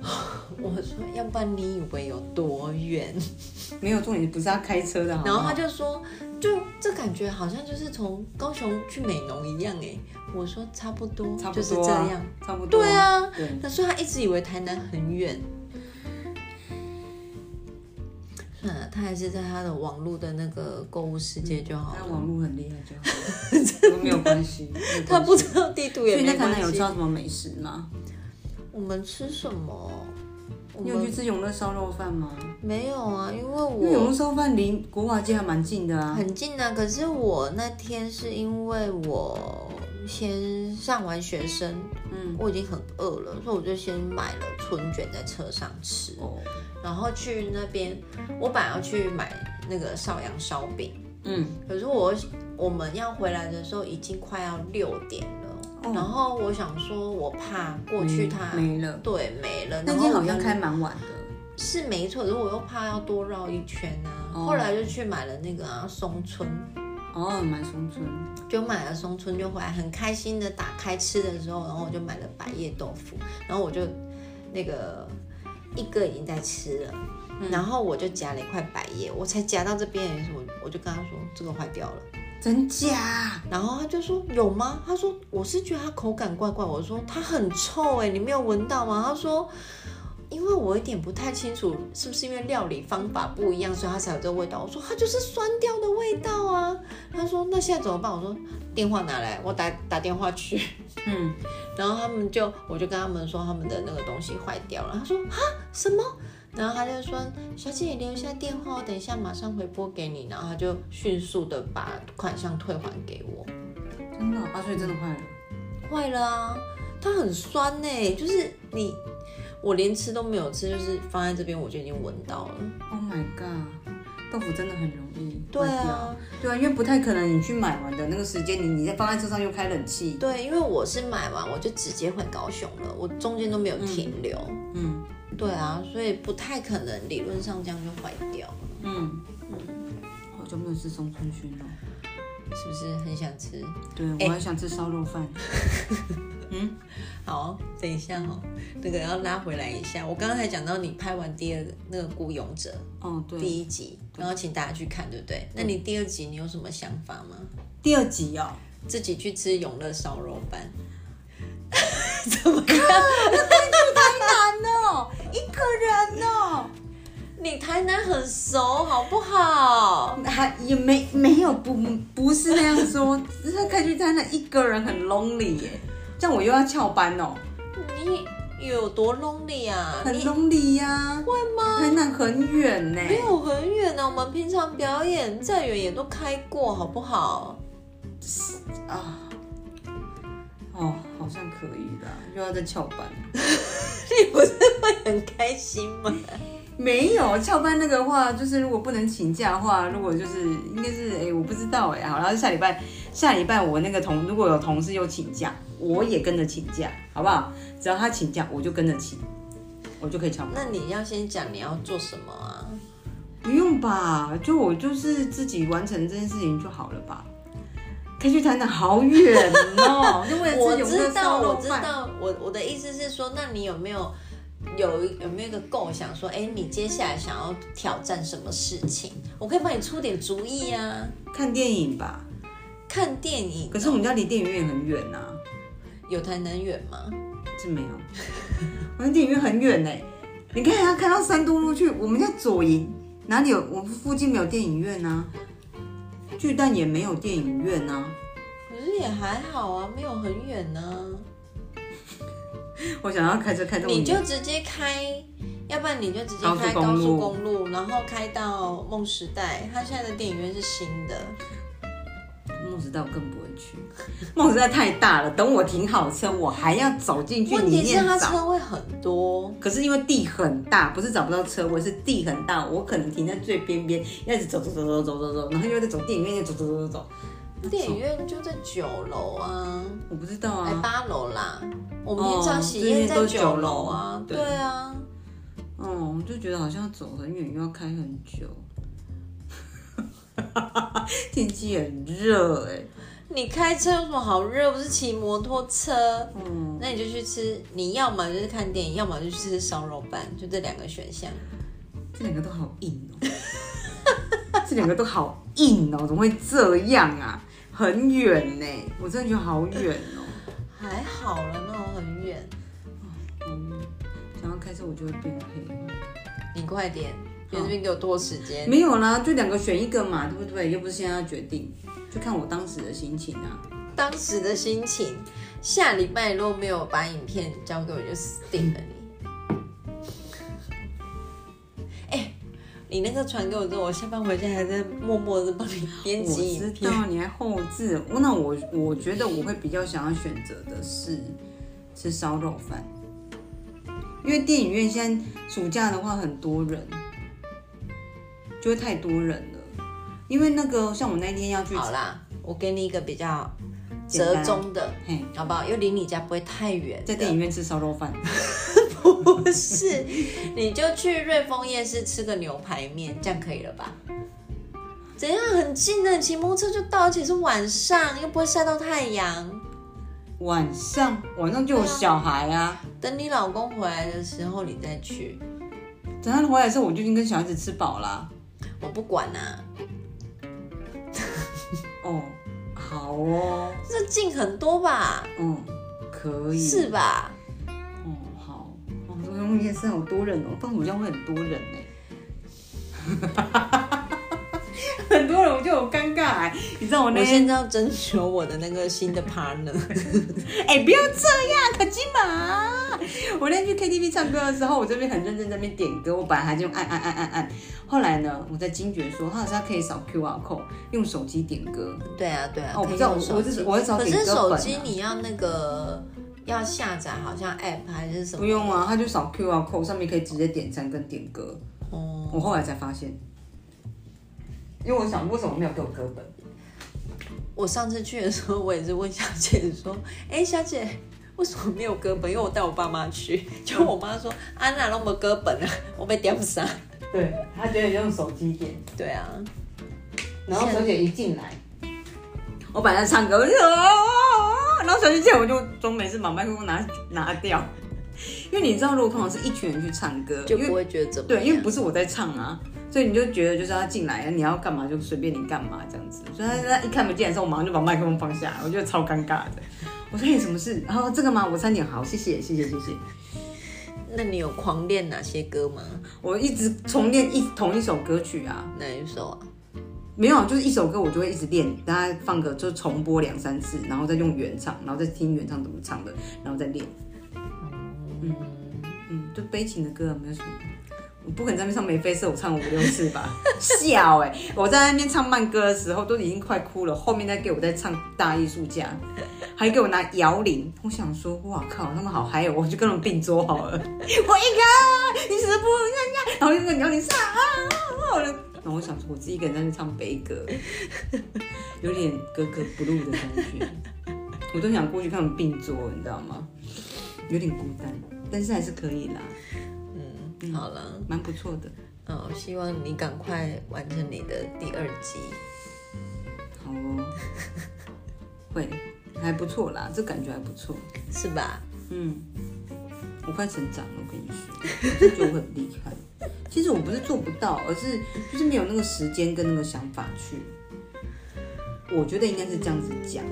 [SPEAKER 2] 我说：“要不然你以为有多远
[SPEAKER 1] 哦没有重点，不是他开车的好？”不
[SPEAKER 2] 然
[SPEAKER 1] 好
[SPEAKER 2] 后他就说：“就这感觉好像就是从高雄去美浓一样哎。”我说：“差不多，
[SPEAKER 1] 差不
[SPEAKER 2] 就是
[SPEAKER 1] 多
[SPEAKER 2] 这
[SPEAKER 1] 啊
[SPEAKER 2] 样。，
[SPEAKER 1] 差不”多。
[SPEAKER 2] 对，啊，
[SPEAKER 1] 对，
[SPEAKER 2] 那所以他一直以为台南很远。算了，他还是在他的网络的那个购物世界就好
[SPEAKER 1] 他
[SPEAKER 2] 了。
[SPEAKER 1] 网络很厉害就好了，没有关系。没 有关系
[SPEAKER 2] 他不知道地图
[SPEAKER 1] 所
[SPEAKER 2] 也
[SPEAKER 1] 以
[SPEAKER 2] 没
[SPEAKER 1] 那台南有
[SPEAKER 2] 关
[SPEAKER 1] 吃
[SPEAKER 2] 系。
[SPEAKER 1] 到什么美食吗？
[SPEAKER 2] 我们吃什么？我
[SPEAKER 1] 你有去
[SPEAKER 2] 们
[SPEAKER 1] 吃永乐烧肉饭吗？
[SPEAKER 2] 没有啊，因为
[SPEAKER 1] 因为永
[SPEAKER 2] 我
[SPEAKER 1] 乐烧肉饭离国华街还蛮近的啊。
[SPEAKER 2] 很近啊。可是我那天是因为我先上完学生，
[SPEAKER 1] 嗯，
[SPEAKER 2] 我已经很饿了，所以我就先买了春卷在车上吃。
[SPEAKER 1] 哦，
[SPEAKER 2] 然后去那边，我本来要去买那个邵阳烧饼，
[SPEAKER 1] 嗯，
[SPEAKER 2] 可是我我们要回来的时候已经快要六点了，然后我想说，我怕过去它、
[SPEAKER 1] 哦嗯没了。
[SPEAKER 2] 对没了，
[SPEAKER 1] 那
[SPEAKER 2] 然后
[SPEAKER 1] 天好
[SPEAKER 2] 我
[SPEAKER 1] 像
[SPEAKER 2] 又
[SPEAKER 1] 开蛮晚的。
[SPEAKER 2] 是没错，可是我又怕要多绕一圈啊。
[SPEAKER 1] 哦
[SPEAKER 2] 后来就去买了那个啊松村，
[SPEAKER 1] 哦，蛮松村。
[SPEAKER 2] 就买了松村，就回来很开心的打开吃的时候，然后我就买了百叶豆腐，然后我就那个一个已经在吃了，然后我就夹了一块百叶，我才夹到这边而已，我我就跟他说这个坏掉了，
[SPEAKER 1] 真假？
[SPEAKER 2] 然后他就说有吗？他说我是觉得它口感怪怪，我说它很臭哎、你没有闻到吗？他说。因为我有点不太清楚，是不是因为料理方法不一样，所以它才有这个味道？我说它就是酸掉的味道啊。他说那现在怎么办？我说电话拿来，我打打电话去。
[SPEAKER 1] 嗯，
[SPEAKER 2] 然后他们就，我就跟他们说他们的那个东西坏掉了。他说啊什么？然后他就说小姐留下电话，我等一下马上回拨给你。然后他就迅速的把款项退还给我。
[SPEAKER 1] 真的哦啊，所以真的坏了。
[SPEAKER 2] 坏了啊，它很酸呢、欸就是你我连吃都没有吃，就是放在这边我就已经闻到了。
[SPEAKER 1] Oh my god，豆腐真的很容易
[SPEAKER 2] 对
[SPEAKER 1] 坏掉
[SPEAKER 2] 啊，
[SPEAKER 1] 对啊，因为不太可能你去买完的那个时间，你你再放在车上又开冷气，
[SPEAKER 2] 对，因为我是买完我就直接回高雄了，我中间都没有停留。
[SPEAKER 1] 嗯
[SPEAKER 2] 对啊，所以不太可能理论上这样就坏掉了，
[SPEAKER 1] 嗯，好久没有吃松村熏了，
[SPEAKER 2] 是不是很想吃？
[SPEAKER 1] 对
[SPEAKER 2] 哎
[SPEAKER 1] 我还想吃烧肉饭，
[SPEAKER 2] 好，等一下哦，那个要拉回来一下。我刚刚才讲到你拍完第二个那个孤勇者
[SPEAKER 1] 哦对，
[SPEAKER 2] 第一集，然后请大家去看，对不对？那你第二集你有什么想法吗？
[SPEAKER 1] 第二集哦，
[SPEAKER 2] 自己去吃永乐烧肉饭，怎么样？啊
[SPEAKER 1] 难哦，一个人哦，
[SPEAKER 2] 你台南很熟好不好？
[SPEAKER 1] 还也没没有不不是那样说，只是开去台南一个人很 lonely 耶，这样我又要翘班哦，
[SPEAKER 2] 你有多 lonely 啊？
[SPEAKER 1] 很
[SPEAKER 2] 你
[SPEAKER 1] lonely 呀、
[SPEAKER 2] 会吗？
[SPEAKER 1] 台南很远呢，
[SPEAKER 2] 没有很远啊，我们平常表演再远也都开过，好不好？
[SPEAKER 1] 啊，哦，好像可以啦，又要再翘 班。
[SPEAKER 2] 你不是会很开心吗？
[SPEAKER 1] 没有翘班那个话，就是如果不能请假的话，如果就是应该是哎、我不知道哎、好，然后下礼拜下礼拜我那个同如果有同事又请假，我也跟着请假，好不好？只要他请假，我就跟着请。我就可以敲门。
[SPEAKER 2] 那你要先讲你要做什么啊？
[SPEAKER 1] 不用吧，就我就是自己完成这件事情就好了吧。可以去台南好远 哦，就为
[SPEAKER 2] 我
[SPEAKER 1] 了自己
[SPEAKER 2] 知道，我
[SPEAKER 1] 我
[SPEAKER 2] 知道，我我的意思是说，那你有没有有有没有一个构想说，哎，你接下来想要挑战什么事情？我可以帮你出点主意啊。
[SPEAKER 1] 看电影吧。
[SPEAKER 2] 看电影哦，
[SPEAKER 1] 可是我们家离电影院很远呐、
[SPEAKER 2] 有台南远吗？
[SPEAKER 1] 是没有，我们电影院很远呢、你看，要开到三都路去，我们家左营哪里有？我们附近没有电影院啊，巨蛋也没有电影院啊。
[SPEAKER 2] 可是也还好啊，没有很远呢、
[SPEAKER 1] 我想要开车开这么
[SPEAKER 2] 你
[SPEAKER 1] 远，
[SPEAKER 2] 就直接开，要不然你就直接开
[SPEAKER 1] 高
[SPEAKER 2] 高
[SPEAKER 1] 速
[SPEAKER 2] 速
[SPEAKER 1] 公
[SPEAKER 2] 公路，然后开到梦时代。它现在的电影院是新的，
[SPEAKER 1] 梦时代我更不会去，梦时代太大了。等我停好车，我还要走进去
[SPEAKER 2] 问
[SPEAKER 1] 里
[SPEAKER 2] 题是
[SPEAKER 1] 面
[SPEAKER 2] 它
[SPEAKER 1] 找。
[SPEAKER 2] 车位很多。
[SPEAKER 1] 可是因为地很大，不是找不到车位，是地很大，我可能停在最边边，要一直走走走走走走走，然后又在走电影院，又走走走走走。
[SPEAKER 2] 电影院就在九楼啊，
[SPEAKER 1] 我不知道
[SPEAKER 2] 哎、
[SPEAKER 1] 啊，
[SPEAKER 2] 八楼啦。我们
[SPEAKER 1] 哦
[SPEAKER 2] 平常喜宴
[SPEAKER 1] 这边都
[SPEAKER 2] 在
[SPEAKER 1] 是
[SPEAKER 2] 九楼啊，
[SPEAKER 1] 九
[SPEAKER 2] 对
[SPEAKER 1] 楼
[SPEAKER 2] 啊，
[SPEAKER 1] 嗯，我就觉得好像走很远，又要开很久。 天气很热哎、
[SPEAKER 2] 你开车有什么好热？不是骑摩托车，
[SPEAKER 1] 嗯，
[SPEAKER 2] 那你就去吃，你要么就是看电影，要么就去吃烧肉饭，就这两个选项。
[SPEAKER 1] 这两个都好硬哦，这两个都好硬哦，怎么会这样啊？很远呢、我真的觉得好远哦。
[SPEAKER 2] 还好了，那我很远，
[SPEAKER 1] 嗯，想要开车我就会变黑。
[SPEAKER 2] 你快点，
[SPEAKER 1] 好
[SPEAKER 2] 别这边给我拖时间。
[SPEAKER 1] 没有啦，就两个选一个嘛，对不对？又不是现在要决定，就看我当时的心情啊。
[SPEAKER 2] 当时的心情，下礼拜如果没有把影片交给我，就死定了你。哎、你那个传给我之后，我下班回家还在默默的帮你编
[SPEAKER 1] 我
[SPEAKER 2] 辑影
[SPEAKER 1] 知
[SPEAKER 2] 片。
[SPEAKER 1] 道你还后置，我那我我觉得我会比较想要选择的是吃烧肉饭，因为电影院现在暑假的话很多人，就会太多人了。因为那个像我那天要去，
[SPEAKER 2] 好啦，我给你一个比较
[SPEAKER 1] 简单
[SPEAKER 2] 折中的，
[SPEAKER 1] 嘿，
[SPEAKER 2] 好不好？又离你家不会太远。
[SPEAKER 1] 在电影院吃烧肉饭，
[SPEAKER 2] 不是，你就去瑞丰夜市吃个牛排面，这样可以了吧？怎样很近的，骑摩托车就到，而且是晚上，又不会晒到太阳。
[SPEAKER 1] 晚上晚上就有小孩啊，
[SPEAKER 2] 等你老公回来的时候，你再去。
[SPEAKER 1] 等他回来的时候我就已经跟小孩子吃饱啦、
[SPEAKER 2] 我不管啊，
[SPEAKER 1] 哦，好哦，
[SPEAKER 2] 这近很多吧？
[SPEAKER 1] 嗯，可以，
[SPEAKER 2] 是吧？
[SPEAKER 1] 哦，好，哦，中央夜市好多人哦，不然我们家会很多人呢。 很多人我就很尴尬哎、你知道我那
[SPEAKER 2] 我
[SPEAKER 1] 天
[SPEAKER 2] 现在要征求我的那个新的 partner。
[SPEAKER 1] 哎、不要这样，可金马。我那天去 KTV 唱歌的时候，我这边很认真在那边点歌，我本来还就按按按按按，后来呢，我在惊觉说，他好像可以扫 QR code，用手机点歌。
[SPEAKER 2] 对啊，对啊。
[SPEAKER 1] 哦我
[SPEAKER 2] 可
[SPEAKER 1] 不
[SPEAKER 2] 以
[SPEAKER 1] 知道
[SPEAKER 2] 用
[SPEAKER 1] 我
[SPEAKER 2] 手
[SPEAKER 1] 我是
[SPEAKER 2] 机
[SPEAKER 1] 我会找
[SPEAKER 2] 可
[SPEAKER 1] 顶
[SPEAKER 2] 是
[SPEAKER 1] 哥
[SPEAKER 2] 手
[SPEAKER 1] 本
[SPEAKER 2] 机
[SPEAKER 1] 啊
[SPEAKER 2] 你要那个要下载，好像 app 还是什么？
[SPEAKER 1] 不用啊，他就扫 QR code，上面可以直接点赞跟点歌。
[SPEAKER 2] 哦。
[SPEAKER 1] 我后来才发现，嗯因为我想为什么没有给我歌本。
[SPEAKER 2] 我上次去的时候，我也是问小姐说：“哎、小姐，为什么没有歌本？因为我带我爸妈去， 就我妈说：‘安娜那么歌本啊，我被点傻。
[SPEAKER 1] 对他觉得用手机点，’
[SPEAKER 2] 对啊，
[SPEAKER 1] 然后小姐一进来，我本来唱歌，我就哦，然后小姐进来我就装没事把麦克风拿拿掉，因为你知道，如果通常是一群人去唱歌，
[SPEAKER 2] 就
[SPEAKER 1] 因
[SPEAKER 2] 不
[SPEAKER 1] 为
[SPEAKER 2] 会觉得怎么
[SPEAKER 1] 对，
[SPEAKER 2] 样。
[SPEAKER 1] 因为不是我在唱啊，所以你就觉得就是他进来，你要干嘛就随便你干嘛这样子，所以他他一看不见的时候，我马上就把麦克风放下，我觉得超尴尬的。我说：“哎、什么事？”然、后这个吗？我三点好，谢谢，谢谢，谢谢。
[SPEAKER 2] 那你有狂练哪些歌吗？
[SPEAKER 1] 我一直重练一同一首歌曲啊，
[SPEAKER 2] 哪一首啊？
[SPEAKER 1] 没有，就是一首歌我就会一直练，大家放个就重播两三次，然后再用原唱，然后再听原唱怎么唱的，然后再练。
[SPEAKER 2] 嗯，
[SPEAKER 1] 嗯，就悲情的歌啊没有什么。我不可能在那边唱眉飞色舞唱五六次吧， 笑哎、我在那边唱慢歌的时候都已经快哭了，后面再给我再唱大艺术家，还给我拿摇铃，我想说，哇靠，他们好嗨哦，我就跟他们并桌好了，我 一个你死不认呀，然后就那个摇铃上啊，啊啊我就然后我想说，我自己一个人在那边唱悲歌，有点格格不入的感觉， 我都想过去跟他们并桌，你知道吗？有点孤单，但是还是可以啦。
[SPEAKER 2] 嗯
[SPEAKER 1] 嗯
[SPEAKER 2] 好了，
[SPEAKER 1] 蛮不错的。
[SPEAKER 2] 嗯，希望你赶快完成你的第二集。
[SPEAKER 1] 好哦， 会还不错啦，这感觉还不错。
[SPEAKER 2] 是吧？
[SPEAKER 1] 嗯，我快成长了，我跟你说，我就觉得我很厉 害。其实我不是做不到，而是就是没有那个时间跟那个想法去。我觉得应该是这样子讲，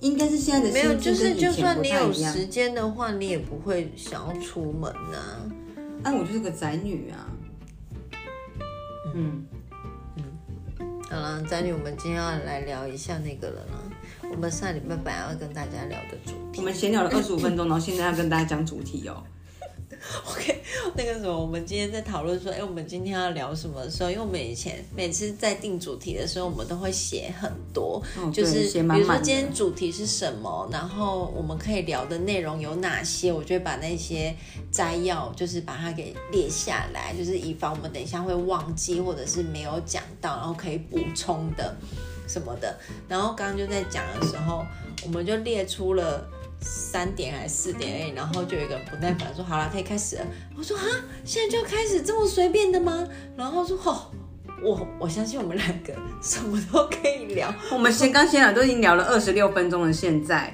[SPEAKER 1] 应该是现在的
[SPEAKER 2] 没有，
[SPEAKER 1] 心
[SPEAKER 2] 就
[SPEAKER 1] 境
[SPEAKER 2] 是
[SPEAKER 1] 跟以
[SPEAKER 2] 就
[SPEAKER 1] 前
[SPEAKER 2] 算
[SPEAKER 1] 不
[SPEAKER 2] 你
[SPEAKER 1] 太
[SPEAKER 2] 有
[SPEAKER 1] 一样。
[SPEAKER 2] 时间的话，你也不会想要出门啊。
[SPEAKER 1] 但我就是个宅女啊。嗯，
[SPEAKER 2] 好了，宅女，我们今天要来聊一下那个了啦。我们上礼拜本来要跟大家聊的主
[SPEAKER 1] 我
[SPEAKER 2] 题
[SPEAKER 1] 们闲聊了二十五分钟，然后现在要跟大家讲主题哦。
[SPEAKER 2] ，OK，那个什么，我们今天在讨论说，哎、我们今天要聊什么的时候，因为我们以前每次在定主题的时候，我们都会写很多，
[SPEAKER 1] 哦
[SPEAKER 2] 就
[SPEAKER 1] 对
[SPEAKER 2] 是
[SPEAKER 1] 写满
[SPEAKER 2] 比如说
[SPEAKER 1] 满的
[SPEAKER 2] 今天主题是什么，然后我们可以聊的内容有哪些，我就会把那些摘要就是把它给列下来，就是以防我们等一下会忘记或者是没有讲到，然后可以补充的什么的。然后刚刚就在讲的时候，我们就列出了。三点还是四点而已，然后就有一个人不耐烦说：“好啦，可以开始了。”我说：“啊，现在就要开始这么随便的吗？”然后他说：“哦，我我相信我们两个什么都可以聊。”
[SPEAKER 1] 我们闲刚闲聊都已经聊了二十六分钟了，现在，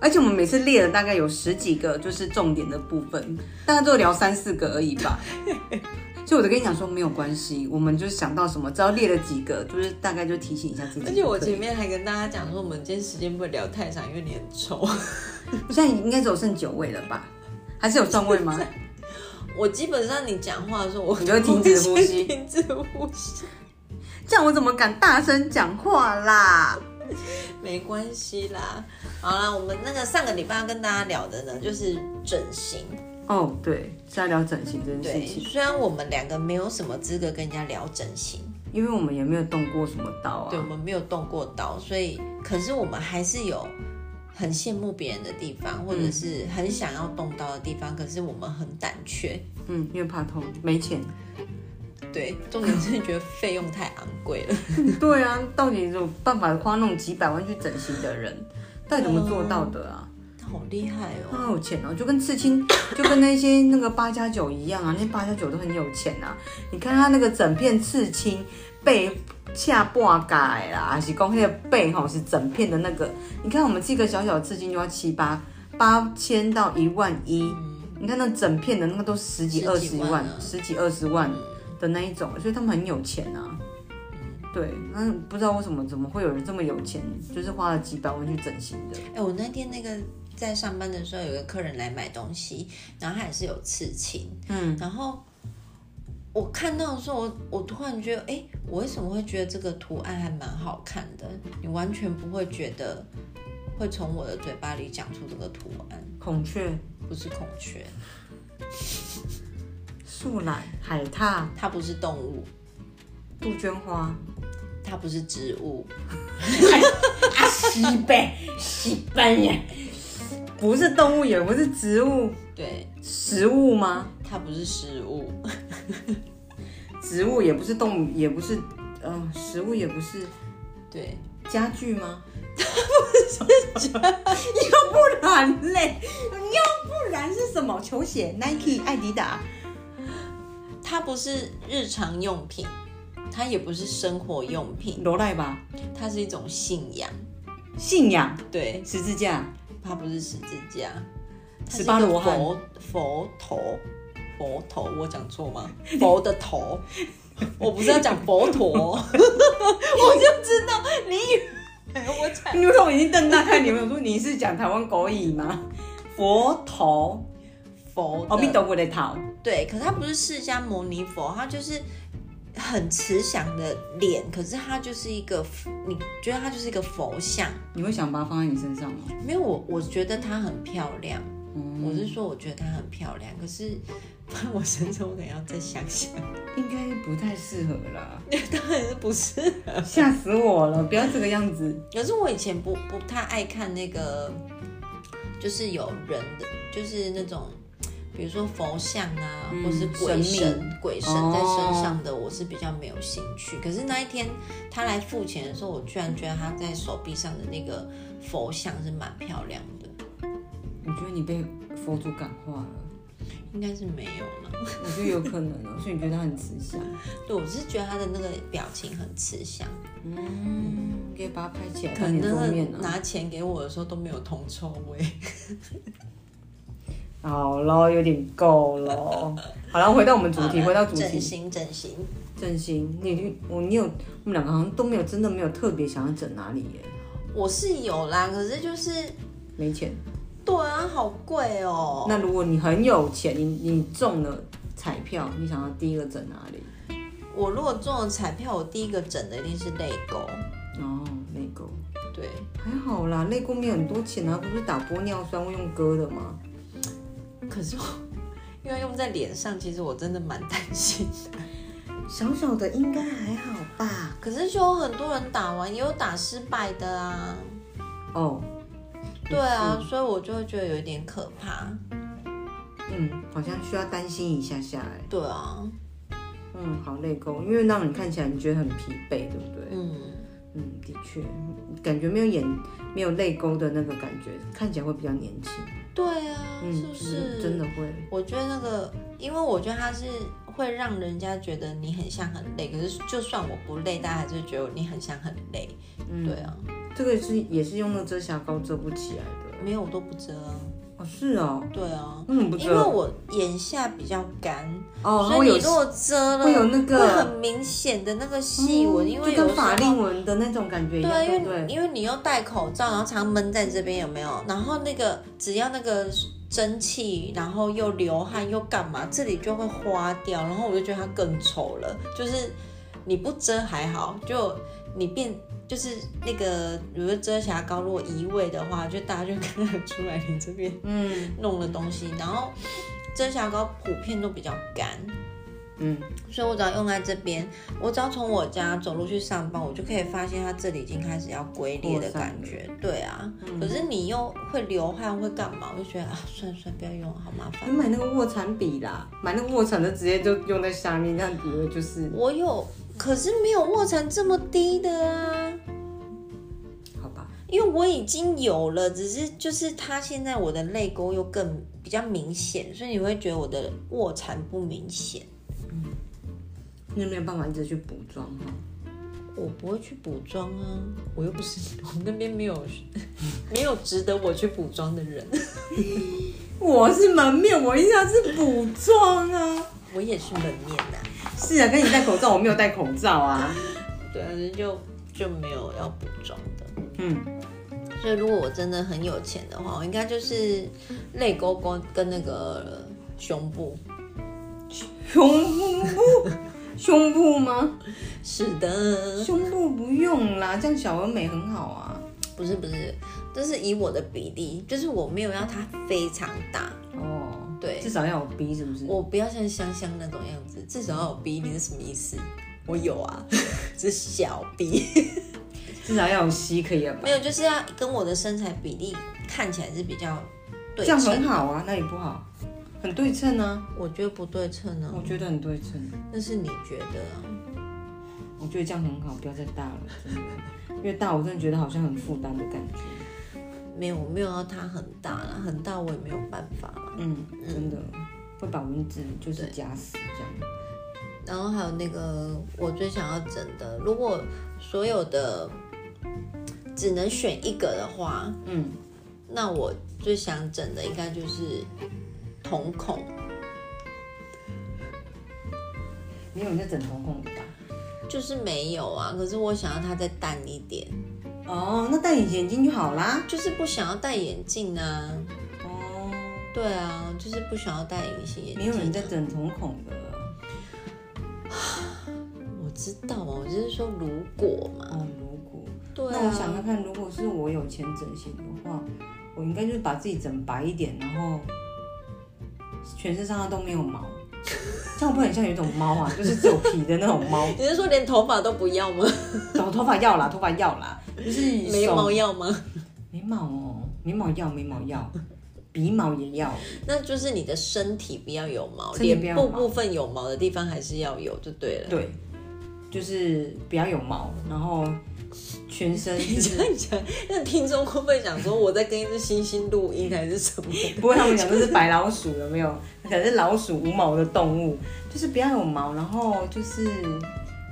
[SPEAKER 1] 而且我们每次列了大概有十几个，就是重点的部分，大概都聊三四个而已 吧。所以我就跟你讲说没有关系，我们就想到什么，只要列了几个，就是大概就提醒一下自己就可以。
[SPEAKER 2] 而且我前面还跟大家讲说，我们今天时间不会聊太长，因为你很丑。
[SPEAKER 1] 我啊现在应该只有剩九位了吧？还是有上位吗？
[SPEAKER 2] 我基本上你讲话的时候，我
[SPEAKER 1] 你就会停止呼吸
[SPEAKER 2] 我会先停止呼吸。
[SPEAKER 1] 这 样我怎么敢大声讲话啦？
[SPEAKER 2] 没关系啦，好啦，我们那个上个礼拜要跟大家聊的呢，就是整形。
[SPEAKER 1] 哦，对，是要聊整形这件
[SPEAKER 2] 对，
[SPEAKER 1] 事情，
[SPEAKER 2] 虽然我们两个没有什么资格跟人家聊整形，
[SPEAKER 1] 因为我们也没有动过什么刀啊。
[SPEAKER 2] 对我们没有动过刀，所以可是我们还是有很羡慕别人的地方，或者是很想要动刀的地方，可是我们很胆怯。
[SPEAKER 1] 嗯，因为怕痛，没钱。
[SPEAKER 2] 对，重点是觉得费用太昂贵了。
[SPEAKER 1] 对啊，到底有办法花那种几百万去整形的人，到底怎么做到的啊？
[SPEAKER 2] 他好厉害哦！
[SPEAKER 1] 他好有钱哦，就跟刺 青，就跟那些那个八加九一样啊，那八加九都很有钱啊。你看他那个整片刺青，背下半改啦，还是光那个背吼是整片的那个。你看我们这个小小的刺青就要七八八千到一万一，你看那整片的那个都十几二
[SPEAKER 2] 嗯十
[SPEAKER 1] 十
[SPEAKER 2] 几万
[SPEAKER 1] 万
[SPEAKER 2] 啊，
[SPEAKER 1] 十几二十万的那一种，所以他们很有钱啊。对，嗯，不知道为什么，怎么会有人这么有钱，就是花了几百万去整形的。
[SPEAKER 2] 哎、我那天那个在上班的时候，有个客人来买东西，然后他也是有刺青，嗯，然后我看到的时候，我我突然觉得，哎、我为什么会觉得这个图案还蛮好看的？你完全不会觉得会从我的嘴巴里讲出这个图案，
[SPEAKER 1] 孔雀、
[SPEAKER 2] 不是孔雀，
[SPEAKER 1] 树懒、海獭、
[SPEAKER 2] 它不是动物，
[SPEAKER 1] 杜鹃花，
[SPEAKER 2] 它不是植物，
[SPEAKER 1] 啊西北、西班牙，不是动物也不是植物，
[SPEAKER 2] 对，
[SPEAKER 1] 食物吗？
[SPEAKER 2] 它不是食物，
[SPEAKER 1] 植物也不是动物，也不是，呃，食物也不是
[SPEAKER 2] 对，
[SPEAKER 1] 家具 吗？它不是家，要不然嘞，要不然是什么？球鞋、Nike、艾迪达，
[SPEAKER 2] 它不是日常用品，它也不是生活用品，
[SPEAKER 1] 罗赖吧，
[SPEAKER 2] 它是一种信仰。
[SPEAKER 1] 信仰、
[SPEAKER 2] 对，
[SPEAKER 1] 十字架、
[SPEAKER 2] 它不是十字架，它是
[SPEAKER 1] 十八
[SPEAKER 2] 一个
[SPEAKER 1] 罗汉
[SPEAKER 2] 佛佛头，佛头，我讲 错吗？佛的头，我不是要讲佛陀， 我就知道你以为我讲
[SPEAKER 1] 因为我已经瞪大看你们，我说你是讲台湾国语吗？佛头，哦
[SPEAKER 2] 佛
[SPEAKER 1] 阿弥
[SPEAKER 2] 的
[SPEAKER 1] 陀佛的头，
[SPEAKER 2] 对，可它不是释迦牟尼佛，它就是。很慈祥的脸，可是它就是一个，你觉得它就是一个佛像？
[SPEAKER 1] 你会想把它放在你身上吗？
[SPEAKER 2] 没有，我我觉得她很漂亮。
[SPEAKER 1] 嗯
[SPEAKER 2] 我是说，我觉得她很漂亮，可是 放我身上，我可能要再想想。
[SPEAKER 1] 应该不太适合 啦，
[SPEAKER 2] 当然是不是？
[SPEAKER 1] 吓死我了！不要这个样子。
[SPEAKER 2] 可是我以前不不太爱看那个，就是有人的，就是那种，比如说佛像啊，
[SPEAKER 1] 嗯
[SPEAKER 2] 或是鬼
[SPEAKER 1] 神
[SPEAKER 2] 神
[SPEAKER 1] 明哦
[SPEAKER 2] 鬼神在身上的，我是比较没有兴趣。可是那一天他来付钱的时候，我居然觉得他在手臂上的那个佛像是蛮漂亮的。
[SPEAKER 1] 我觉得你被佛祖感化了，
[SPEAKER 2] 应该是没有了。
[SPEAKER 1] 我觉得有可能 哦，所以你觉得他很慈祥，
[SPEAKER 2] 对我是觉得他的那个表情很慈祥，
[SPEAKER 1] 嗯，可以把它拍起来
[SPEAKER 2] 可
[SPEAKER 1] 当你的封面哦啊
[SPEAKER 2] 能
[SPEAKER 1] 呢、
[SPEAKER 2] 拿钱给我的时候都没有铜臭味。
[SPEAKER 1] 好咯，有点够咯。好了， 回到我们主题，
[SPEAKER 2] 好了
[SPEAKER 1] 回到主
[SPEAKER 2] 整
[SPEAKER 1] 题，
[SPEAKER 2] 形整形，
[SPEAKER 1] 整形，你我你有，我们两个好像都没有，真的没有特别想要整哪里耶，
[SPEAKER 2] 我是有啦，可是就是
[SPEAKER 1] 没钱。
[SPEAKER 2] 对啊，好贵哦、
[SPEAKER 1] 那如果你很有钱，你你中了彩票，你想要第一个整哪里？
[SPEAKER 2] 我如果中了彩票，我第一个整的一定是泪沟。
[SPEAKER 1] 哦，泪沟，
[SPEAKER 2] 对，
[SPEAKER 1] 还好啦，泪沟没有很多钱啊，不是打玻尿酸会用割的吗？
[SPEAKER 2] 可是我因为用在脸上，其实我真的蛮担心。
[SPEAKER 1] 小小的应该还好吧？
[SPEAKER 2] 可是就有很多人打完也有打失败的啊。
[SPEAKER 1] 哦，
[SPEAKER 2] 对啊，所以我就会觉得有一点可怕。
[SPEAKER 1] 嗯，好像需要担心一下下哎。
[SPEAKER 2] 对啊，
[SPEAKER 1] 嗯，好泪沟，因为让你看起来你觉得很疲惫，对不对？
[SPEAKER 2] 嗯，
[SPEAKER 1] 嗯，的确，感觉没有眼没有泪沟的那个感觉，看起来会比较年轻。
[SPEAKER 2] 对啊，
[SPEAKER 1] 嗯，
[SPEAKER 2] 是不是？
[SPEAKER 1] 嗯真的会？
[SPEAKER 2] 我觉得那个，因为我觉得它是会让人家觉得你很像很累，可是就算我不累，大家还是觉得你很像很累。
[SPEAKER 1] 嗯，
[SPEAKER 2] 对啊，
[SPEAKER 1] 这个是也是用那个遮瑕膏遮不起来的。
[SPEAKER 2] 没有我都不遮啊。
[SPEAKER 1] 哦，是哦，
[SPEAKER 2] 对啊，
[SPEAKER 1] 为什么不
[SPEAKER 2] 因为
[SPEAKER 1] 遮？
[SPEAKER 2] 我眼下比较干，
[SPEAKER 1] 哦，它
[SPEAKER 2] 所
[SPEAKER 1] 会
[SPEAKER 2] 以
[SPEAKER 1] 有
[SPEAKER 2] 你如果遮了，
[SPEAKER 1] 会有那个嗯
[SPEAKER 2] 会很明显的那个细纹，因为
[SPEAKER 1] 哦就
[SPEAKER 2] 有
[SPEAKER 1] 跟
[SPEAKER 2] 时候
[SPEAKER 1] 法令纹的那种感觉一样，对
[SPEAKER 2] 对，
[SPEAKER 1] 不
[SPEAKER 2] 因为
[SPEAKER 1] 对？
[SPEAKER 2] 因为你又戴口罩，然后常闷在这边，有没有？然后那个只要那个蒸汽，然后又流汗又干嘛，这里就会花掉，然后我就觉得它更丑了。就是你不遮还好，就你变就是那个，比如说遮瑕膏，如果移位的话，就大家就看得出来你这边
[SPEAKER 1] 嗯
[SPEAKER 2] 弄的东西。然后遮瑕膏普遍都比较干，
[SPEAKER 1] 嗯，
[SPEAKER 2] 所以我只要用在这边，我只要从我家走路去上班，我就可以发现它这里已经开始要龟裂的感觉。对啊，可是你又会流汗会干嘛？我就觉得啊，算了算了，不要用了，好麻
[SPEAKER 1] 你
[SPEAKER 2] 烦。
[SPEAKER 1] 哎买那个卧蚕笔啦，买那个卧蚕的直接就用在下面，这样以为就是
[SPEAKER 2] 我有，可是没有卧蚕这么低的啊，
[SPEAKER 1] 好吧？
[SPEAKER 2] 因为我已经有了，只是就是它现在我的泪沟又更比较明显，所以你会觉得我的卧蚕不明显。
[SPEAKER 1] 你没有办法一直去补妆啊哈。
[SPEAKER 2] 我不会去补妆啊，我又不是 我们那边没有 没有值得我去补妆的人，
[SPEAKER 1] 我是门面，我一下是补妆啊。
[SPEAKER 2] 我也是门面呐、
[SPEAKER 1] 是啊，跟你戴口罩，我没有戴口罩啊。
[SPEAKER 2] 对啊，就就没有要补妆的。
[SPEAKER 1] 嗯，
[SPEAKER 2] 所以如果我真的很有钱的话，我应该就是泪沟沟跟那个胸部。
[SPEAKER 1] 胸部，胸部吗？
[SPEAKER 2] 是的，
[SPEAKER 1] 胸部不用啦，这样小而美很好啊。
[SPEAKER 2] 不是不是，这是以我的比例，就是我没有要它非常大，
[SPEAKER 1] 哦，
[SPEAKER 2] 对
[SPEAKER 1] 至少要有 B 是不是？
[SPEAKER 2] 我不要像香香那种样子，至少要有鼻，你是什么意思？我有啊， 只是小鼻。
[SPEAKER 1] 至少要有 C 可以了吧
[SPEAKER 2] 没？有，就是要跟我的身材比例看起来是比较对
[SPEAKER 1] 这样
[SPEAKER 2] 称
[SPEAKER 1] 很。好啊，那也不好，很对称啊。
[SPEAKER 2] 我觉得不对称呢、
[SPEAKER 1] 我觉得很对称，
[SPEAKER 2] 那是你觉得啊？
[SPEAKER 1] 我觉得这样很好，不要再大了，真的。越大我真的觉得好像很负担的感觉。
[SPEAKER 2] 没有，我没有要它很大啦，很大我也没有办法啦。
[SPEAKER 1] 嗯，真的会把蚊子就是夹死这样。
[SPEAKER 2] 然后还有那个我最想要整的，如果所有的只能选一个的话，
[SPEAKER 1] 嗯，
[SPEAKER 2] 那我最想整的应该就是瞳孔。
[SPEAKER 1] 没有你在整瞳孔吧？
[SPEAKER 2] 就是没有啊，可是我想要它再淡一点，
[SPEAKER 1] 哦，那戴隐形眼镜就好啦。
[SPEAKER 2] 就是不想要戴眼镜啊。
[SPEAKER 1] 哦，
[SPEAKER 2] 对啊，就是不想要戴隐形眼镜
[SPEAKER 1] 没
[SPEAKER 2] 啊。
[SPEAKER 1] 有人在整瞳孔的。
[SPEAKER 2] 我知道嘛，我就是说如果嘛，
[SPEAKER 1] 哦，如果、
[SPEAKER 2] 对
[SPEAKER 1] 那我想看
[SPEAKER 2] 啊，
[SPEAKER 1] 看，如果是我有钱整形的话，我应该就是把自己整白一点，然后全身上下都没有 毛，这样会不会很像有一种猫啊，就是只有皮的那种猫。
[SPEAKER 2] 你是说连头发都不要吗？
[SPEAKER 1] 然后头发要啦，头发要啦，就是手
[SPEAKER 2] 眉毛要吗？
[SPEAKER 1] 眉毛哦，眉毛要眉毛要，鼻毛也要。
[SPEAKER 2] 那就是你的身体不要有毛，
[SPEAKER 1] 身体
[SPEAKER 2] 脸
[SPEAKER 1] 不要有
[SPEAKER 2] 部
[SPEAKER 1] 毛
[SPEAKER 2] 部分有毛的地方还是要有就对了。
[SPEAKER 1] 对，就是不要有毛，然后全身
[SPEAKER 2] 你
[SPEAKER 1] 就
[SPEAKER 2] 这
[SPEAKER 1] 是
[SPEAKER 2] 样讲， 那听众会不会想说我在跟一只猩猩录音还是什么？
[SPEAKER 1] 不会他们讲这是白老鼠有没有？可是老鼠无毛的动物，就是不要有毛，然后就是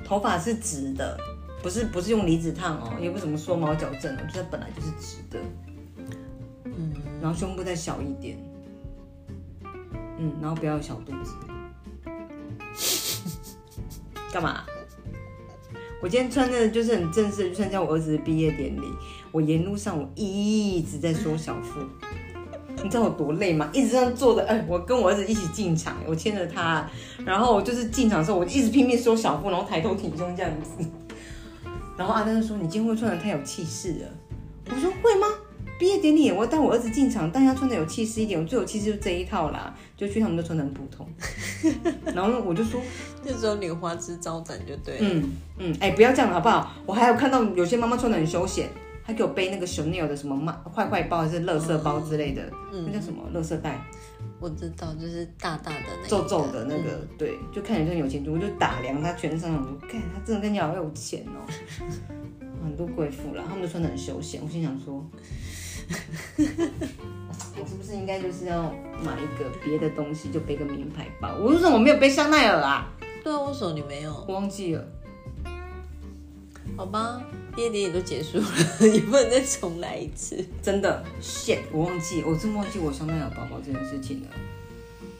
[SPEAKER 1] 头发是直的，不是不是用离子烫哦，也不是什么缩毛矫正哦，就是它本来就是直的，
[SPEAKER 2] 嗯，
[SPEAKER 1] 然后胸部再小一点，嗯，然后不要有小肚子。 干嘛？啊我今天穿的就是很正式，去参加我儿子的毕业典礼。我沿路上我一直在缩小腹，你知道我多累吗？一直这样坐着，哎、我跟我儿子一起进场，我牵着他，然后我就是进场的时候，我就一直拼命缩小腹，然后抬头挺胸这样子。然后阿丹就说：“你今天会穿的太有气势了。”我说：“会吗？毕业典礼我带我儿子进场，但要穿的有气势一点。我最有气势就这一套啦，就去他们都穿的很普通。 然后我就说。”
[SPEAKER 2] 这时候女花枝招展就对了。
[SPEAKER 1] 嗯嗯，哎、不要这样了好不好？我还有看到有些妈妈穿的很休闲，还给我背那个 Chanel 的什么妈坏坏包还是乐色包之类的，那叫什么乐色袋，
[SPEAKER 2] 我知道，就是大大的那一个
[SPEAKER 1] 嗯
[SPEAKER 2] 嗯
[SPEAKER 1] 皱皱的那个，对，就看起来就很有钱。我就打量她全身，我说，看她真的跟你好有钱哦、很多贵妇啦，她们都穿的很休闲。我心想说，我是不是应该就是要买一个别的东西，就背个名牌包？我为什么没有背香奈儿啊？
[SPEAKER 2] 对啊，为什么你没有？
[SPEAKER 1] 我忘记了。
[SPEAKER 2] 好吧，毕业典礼都结束了， 也不能再重来一次。
[SPEAKER 1] 真的，shit，我忘记，我真忘记我香奈儿包包这件事情了，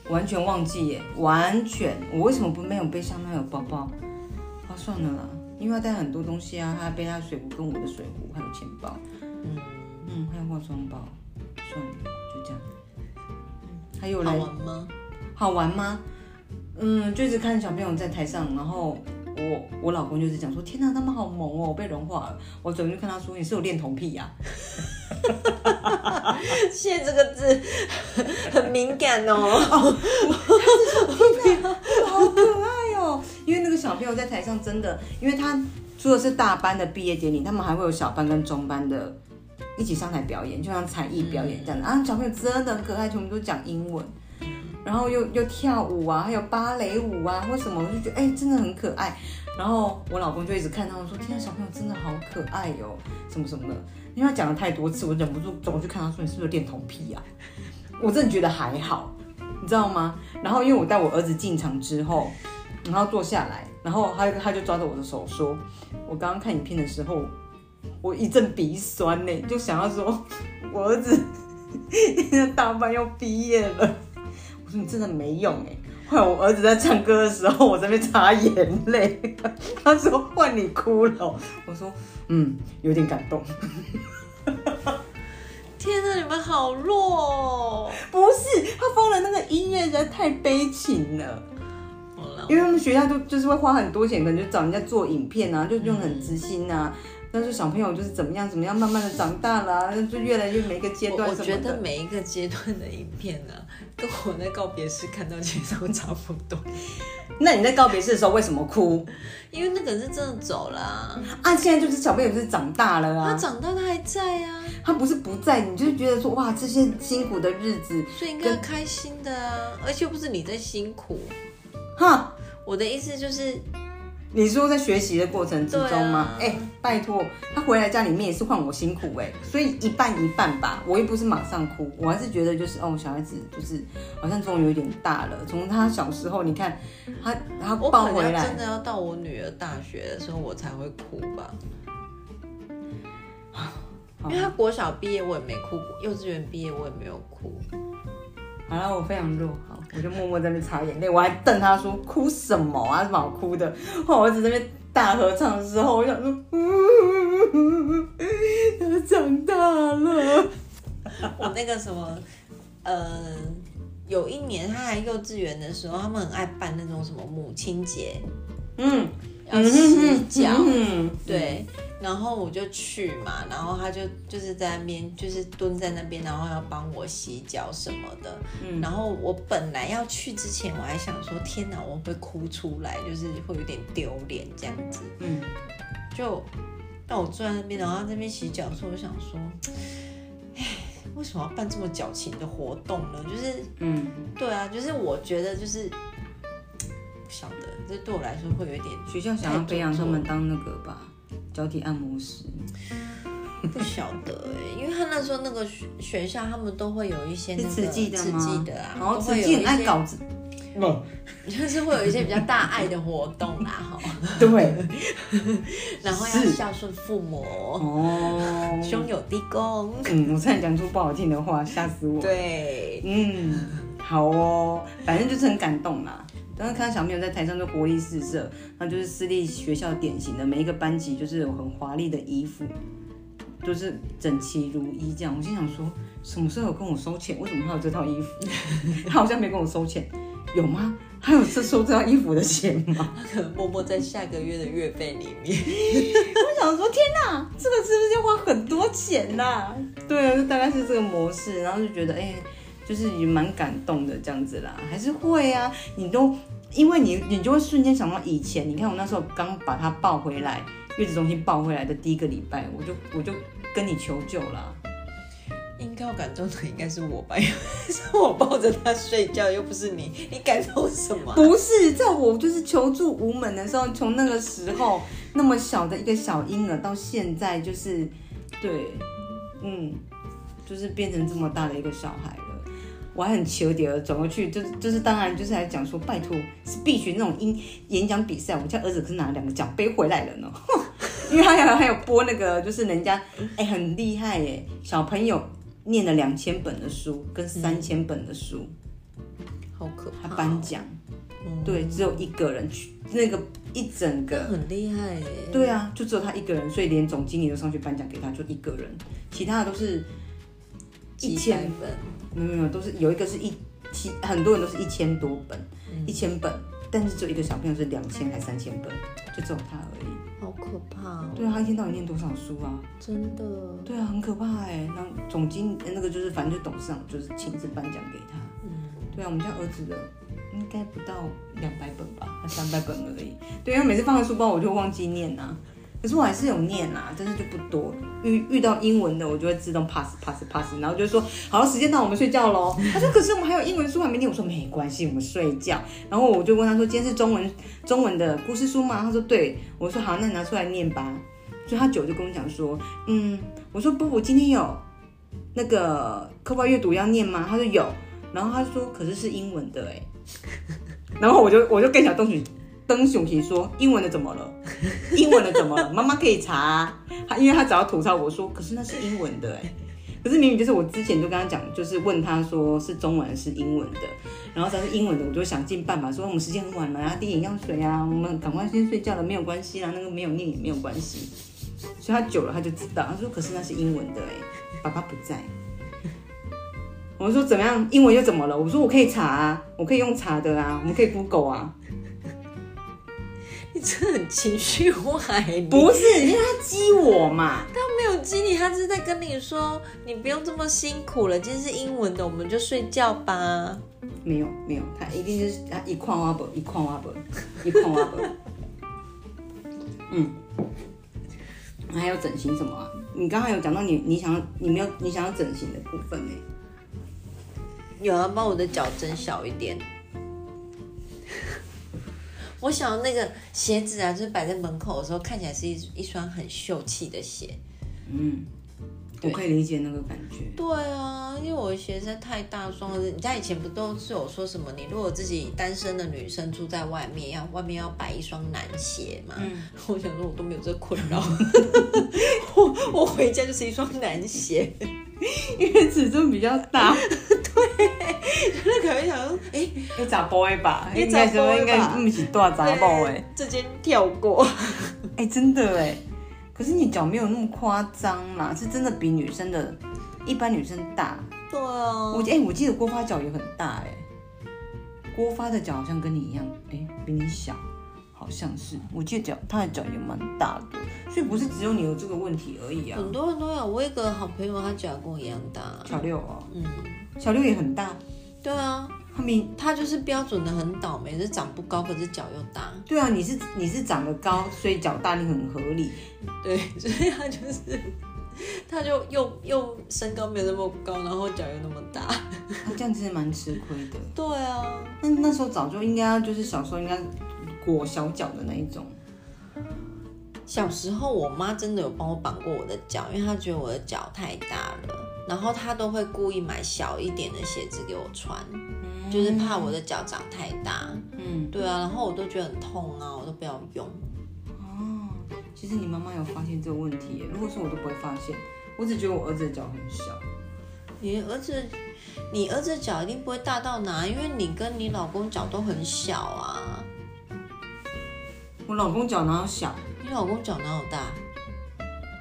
[SPEAKER 1] 完全忘记耶，完全，我为什么不没有背香奈儿包包？啊，算了啦，因为要带很多东西啊，还要背他的水壶跟我的水壶，还有钱包，
[SPEAKER 2] 嗯，
[SPEAKER 1] 嗯，还有化妆包，算了，就这样。还有嘞
[SPEAKER 2] 嗯好，啊玩吗？
[SPEAKER 1] 好玩吗？嗯，就一直看小朋友在台上，然后我我老公就是讲说，天哪，他们好萌哦，我被融化了。我转过去看他说，你是有恋童癖呀、
[SPEAKER 2] 谢这个字 很敏感哦。
[SPEAKER 1] 好可爱哦！因为那个小朋友在台上真的，因为他除了是大班的毕业典礼，他们还会有小班跟中班的一起上台表演，就像才艺表演这样的、啊。小朋友真的很可爱，全部都讲英文，然后又又跳舞啊，还有芭蕾舞啊，或什么，我就觉得哎、真的很可爱。然后我老公就一直看他们说：“天啊，小朋友真的好可爱哟、哦，什么什么的。”因为他讲了太多次，我忍不住走过去看他说：“你是不是有恋童癖呀、啊？”我真的觉得还好，你知道吗？然后因为我带我儿子进场之后，然后坐下来，然后他他就抓着我的手说：“我刚刚看影片的时候，我一阵鼻酸呢，就想要说我儿子 大班要毕业了。”我说：“你真的没用哎。”后 来我儿子在唱歌的时候，我这边擦眼泪，他说：“换你哭了哦。”我说：“嗯，有点感动。”
[SPEAKER 2] 天啊哪，你们好弱哦。
[SPEAKER 1] 不是，他放的那个音乐实在太悲情了。
[SPEAKER 2] 好了，
[SPEAKER 1] 因为他们学校就就是会花很多钱，可能就找人家做影片啊，就用
[SPEAKER 2] 嗯
[SPEAKER 1] 得很知心啊。但是小朋友就是怎么样怎么样，慢慢的长大了、啊，就越来越每个阶
[SPEAKER 2] 我
[SPEAKER 1] 段
[SPEAKER 2] 我
[SPEAKER 1] 什
[SPEAKER 2] 觉
[SPEAKER 1] 么
[SPEAKER 2] 得
[SPEAKER 1] 的。
[SPEAKER 2] 每一个阶段的影片呢、跟我在告别式看到其实都差不多，
[SPEAKER 1] 那你在告别式的时候为什么哭
[SPEAKER 2] 因为那个是真的走了、
[SPEAKER 1] 啊？现在就是小朋友就是长大了
[SPEAKER 2] 他
[SPEAKER 1] 啊，
[SPEAKER 2] 长大他还在啊，
[SPEAKER 1] 他不是不在，你就觉得说哇，这些辛苦的日子，
[SPEAKER 2] 所以应该要开心的啊，而且又不是你在辛苦。
[SPEAKER 1] 哈，
[SPEAKER 2] 我的意思就是，
[SPEAKER 1] 你说在学习的过程之中吗？哎、
[SPEAKER 2] 对啊
[SPEAKER 1] 拜托，他回来家里面也是换我辛苦哎、所以一半一半吧。我又不是马上哭，我还是觉得就是哦，小孩子就是好像终于有点大了。从他小时候，你看他他
[SPEAKER 2] 我
[SPEAKER 1] 抱
[SPEAKER 2] 可
[SPEAKER 1] 回
[SPEAKER 2] 能真
[SPEAKER 1] 来，
[SPEAKER 2] 的要到我女儿大学的时候，我才会哭吧。
[SPEAKER 1] 啊
[SPEAKER 2] 因为她国小毕业我也没哭，幼稚园毕业我也没有哭。
[SPEAKER 1] 好了，我非常弱，好，我就默默在那边擦眼泪，我还瞪他说哭什么啊，有什么好哭的？后来我儿子在那边大合唱的时候，我想说， 嗯，他长大了，
[SPEAKER 2] 我那个什么，呃，有一年他还幼稚园的时候，他们很爱办那种什么母亲节，
[SPEAKER 1] 嗯，
[SPEAKER 2] 要洗脚，
[SPEAKER 1] 嗯，
[SPEAKER 2] 对。然后我就去嘛，然后他就就是在那边，就是蹲在那边，然后要帮我洗脚什么的。
[SPEAKER 1] 嗯
[SPEAKER 2] 然后我本来要去之前，我还想说，天哪，我会哭出来，就是会有点丢脸这样子。
[SPEAKER 1] 嗯，
[SPEAKER 2] 就但我坐在那边，然后他在那边洗脚的时候，我想说，哎，为什么要办这么矫情的活动呢？就是
[SPEAKER 1] 嗯，
[SPEAKER 2] 对啊，就是我觉得就是不晓得，这对我来说会有一点
[SPEAKER 1] 学校想要培养他们当那个吧，脚底按摩师。
[SPEAKER 2] 不晓得哎、因为他那时候那个学学校，他们都会有一些那个
[SPEAKER 1] 是慈济的吗？哦
[SPEAKER 2] 慈济的啊，
[SPEAKER 1] 然后
[SPEAKER 2] 都
[SPEAKER 1] 慈
[SPEAKER 2] 会有
[SPEAKER 1] 济
[SPEAKER 2] 一
[SPEAKER 1] 很爱
[SPEAKER 2] 些
[SPEAKER 1] 搞这，
[SPEAKER 3] 不，
[SPEAKER 2] 就是会有一些比较大爱的活动啦，哈，
[SPEAKER 1] 对，
[SPEAKER 2] 然后要
[SPEAKER 1] 是
[SPEAKER 2] 孝顺父母，
[SPEAKER 1] 哦，
[SPEAKER 2] 兄友弟恭，
[SPEAKER 1] 嗯，我差点讲出不好听的话，吓死我。，
[SPEAKER 2] 对，
[SPEAKER 1] 嗯，好哦，反正就是很感动啦。当时看到小朋友在台上就活力四射，那就是私立学校典型的，每一个班级就是有很华丽的衣服，就是整齐如一这样。我心想说，什么时候有跟我收钱？为什么他有这套衣服？ 他好像没跟我收钱，有吗？他有这收这套衣服的钱吗？
[SPEAKER 2] 他可能默默在下个月的月费里面，
[SPEAKER 1] 我想说，天哪，这个是不是要花很多钱呐、对啊，就大概是这个模式，然后就觉得，哎、就是也蛮感动的这样子啦，还是会啊，你都因为你你就会瞬间想到以前，你看我那时候刚把它抱回来，月子中心抱回来的第一个礼拜，我就我就跟你求救啦。
[SPEAKER 2] 应该要感动的应该是我吧，因为是我抱着他睡觉，又不是你，你感动什么？
[SPEAKER 1] 不是，在我就是求助无门的时候，从那个时候那么小的一个小婴儿到现在，就是对，嗯，就是变成这么大的一个小孩了。我还很求点儿转过去，就是就是当然就是还讲说，拜托是必须那种英演讲比赛，我家儿子可是拿两个奖杯回来了呢。 因为他还有还有播那个，就是人家哎、很厉害耶，小朋友念了两千本的书跟三千本的书，
[SPEAKER 2] 好可
[SPEAKER 1] 他
[SPEAKER 2] 怕哦，
[SPEAKER 1] 颁奖。
[SPEAKER 2] 嗯
[SPEAKER 1] 对，只有一个人去那个一整个，
[SPEAKER 2] 很厉害欸耶，
[SPEAKER 1] 对啊，就只有他一个人，所以连总经理都上去颁奖给他，就一个人，其他的都是一
[SPEAKER 2] 几
[SPEAKER 1] 千
[SPEAKER 2] 百，分，
[SPEAKER 1] 没有没有，都是有一个是一其很多人都是一千多本，一千本，但是只有一个小朋友是两千还三千本，就只有他而已。
[SPEAKER 2] 好可怕哦，
[SPEAKER 1] 对啊，他一天到底念多少书啊？
[SPEAKER 2] 真的，
[SPEAKER 1] 对啊，很可怕哎、欸。然后总经那个就是反正就董事长就是亲自颁奖给他。
[SPEAKER 2] 嗯，
[SPEAKER 1] 对啊，我们家儿子的应该不到两百本吧，还三百本而已。对，因为每次放在书包我就忘记念啊，可是我还是有念啊，但是就不多。遇遇到英文的，我就会自动 pass pass pass，然后就说好，时间到，我们睡觉喽。他说可是我们还有英文书还没念，我说没关系，我们睡觉。然后我就问他说今天是中文中文的故事书吗？他说对，我说好，那你拿出来念吧。所以他九就跟我讲说，嗯，我说波波今天有那个课外阅读要念吗？他说有，然后他说可是是英文的哎， 然后我就我就跟小邓许邓雄奇说英文的怎么了？英文的怎么了？ 妈妈可以查、啊，他因为他只要吐槽我说可是那是英文的哎。可是明明就是我之前就跟他讲，就是问他说是中文还是英文的，然后他是英文的，我就想尽办法说我们时间很晚了啊，滴眼药水啊，我们赶快先睡觉了，没有关系啊啦，那个没有念也没有关系。所以他久了他就知道，他说可是那是英文的哎，爸爸不在。 我说怎么样，英文又怎么了？我说我可以查啊，我可以用查的啊，我们可以 Google 啊。
[SPEAKER 2] 你真的很情绪化耶，你
[SPEAKER 1] 不 是，因为他激我嘛，
[SPEAKER 2] 他没有激你，他是在跟你说，你不用这么辛苦了，今天是英文的，我们就睡觉吧。
[SPEAKER 1] 没有没有，他一定就是他一矿挖本，一矿挖 本，一矿挖本。嗯，还有整形什么啊？你刚刚有讲到你你想要你没有你想要整形的部分欸呢、
[SPEAKER 2] 有啊，帮我的脚整小一点。 我想要那个鞋子啊，就是摆在门口的时候，看起来是一一双很秀气的鞋。
[SPEAKER 1] 嗯，我
[SPEAKER 2] 对
[SPEAKER 1] 可以理解那个感觉。
[SPEAKER 2] 对啊，因为我的鞋实在太大双了。人家以前不都是有说什么，你如果自己单身的女生住在外面，要外面要摆一双男鞋嘛？ 我想说，我都没有这困扰， 我我回家就是一双男鞋。
[SPEAKER 1] 因为尺寸比较大，
[SPEAKER 2] 那可能想说，哎、
[SPEAKER 1] 要找 boy 吧？
[SPEAKER 2] 你
[SPEAKER 1] 应
[SPEAKER 2] 找
[SPEAKER 1] 该是
[SPEAKER 2] boy
[SPEAKER 1] 应该
[SPEAKER 2] 吧
[SPEAKER 1] 不是大杂某哎。
[SPEAKER 2] 这间跳过，
[SPEAKER 1] 哎、真的哎，可是你脚没有那么夸张啦，是真的比女生的，一般女生大。
[SPEAKER 2] 对啊
[SPEAKER 1] 我哎、我记得郭发脚也很大哎，郭发的脚好像跟你一样，哎、比你小，好像是。我记得脚他的脚也蛮大的，所以不是只有你有这个问题而已啊。
[SPEAKER 2] 很多人都有，我有一个好朋友，他脚跟我一样大，
[SPEAKER 1] 小六哦，
[SPEAKER 2] 嗯，
[SPEAKER 1] 小六也很大，
[SPEAKER 2] 对啊，
[SPEAKER 1] 他明
[SPEAKER 2] 他就是标准的很倒霉，是长不高，可是脚又大，
[SPEAKER 1] 对啊，你是你是长得高，所以脚大，你很合理。
[SPEAKER 2] 对， 所以他就是，他就又又身高没有那么高，然后脚又那么大，
[SPEAKER 1] 他这样其实蛮吃亏的。
[SPEAKER 2] 对啊，
[SPEAKER 1] 那那时候早就应该要就是小时候应该裹小脚的那一种。
[SPEAKER 2] 小时候我妈真的有帮我绑过我的脚，因为她觉得我的脚太大了，然后她都会故意买小一点的鞋子给我穿，就是怕我的脚长太大。
[SPEAKER 1] 嗯，
[SPEAKER 2] 对啊，然后我都觉得很痛啊，我都不要用。
[SPEAKER 1] 哦，其实你妈妈有发现这个问题耶，如果是我都不会发现，我只觉得我儿子的脚很小。
[SPEAKER 2] 你儿子，你儿子脚一定不会大到哪，因为你跟你老公脚都很小啊。
[SPEAKER 1] 我老公脚哪有小？
[SPEAKER 2] 你老公脚哪有大？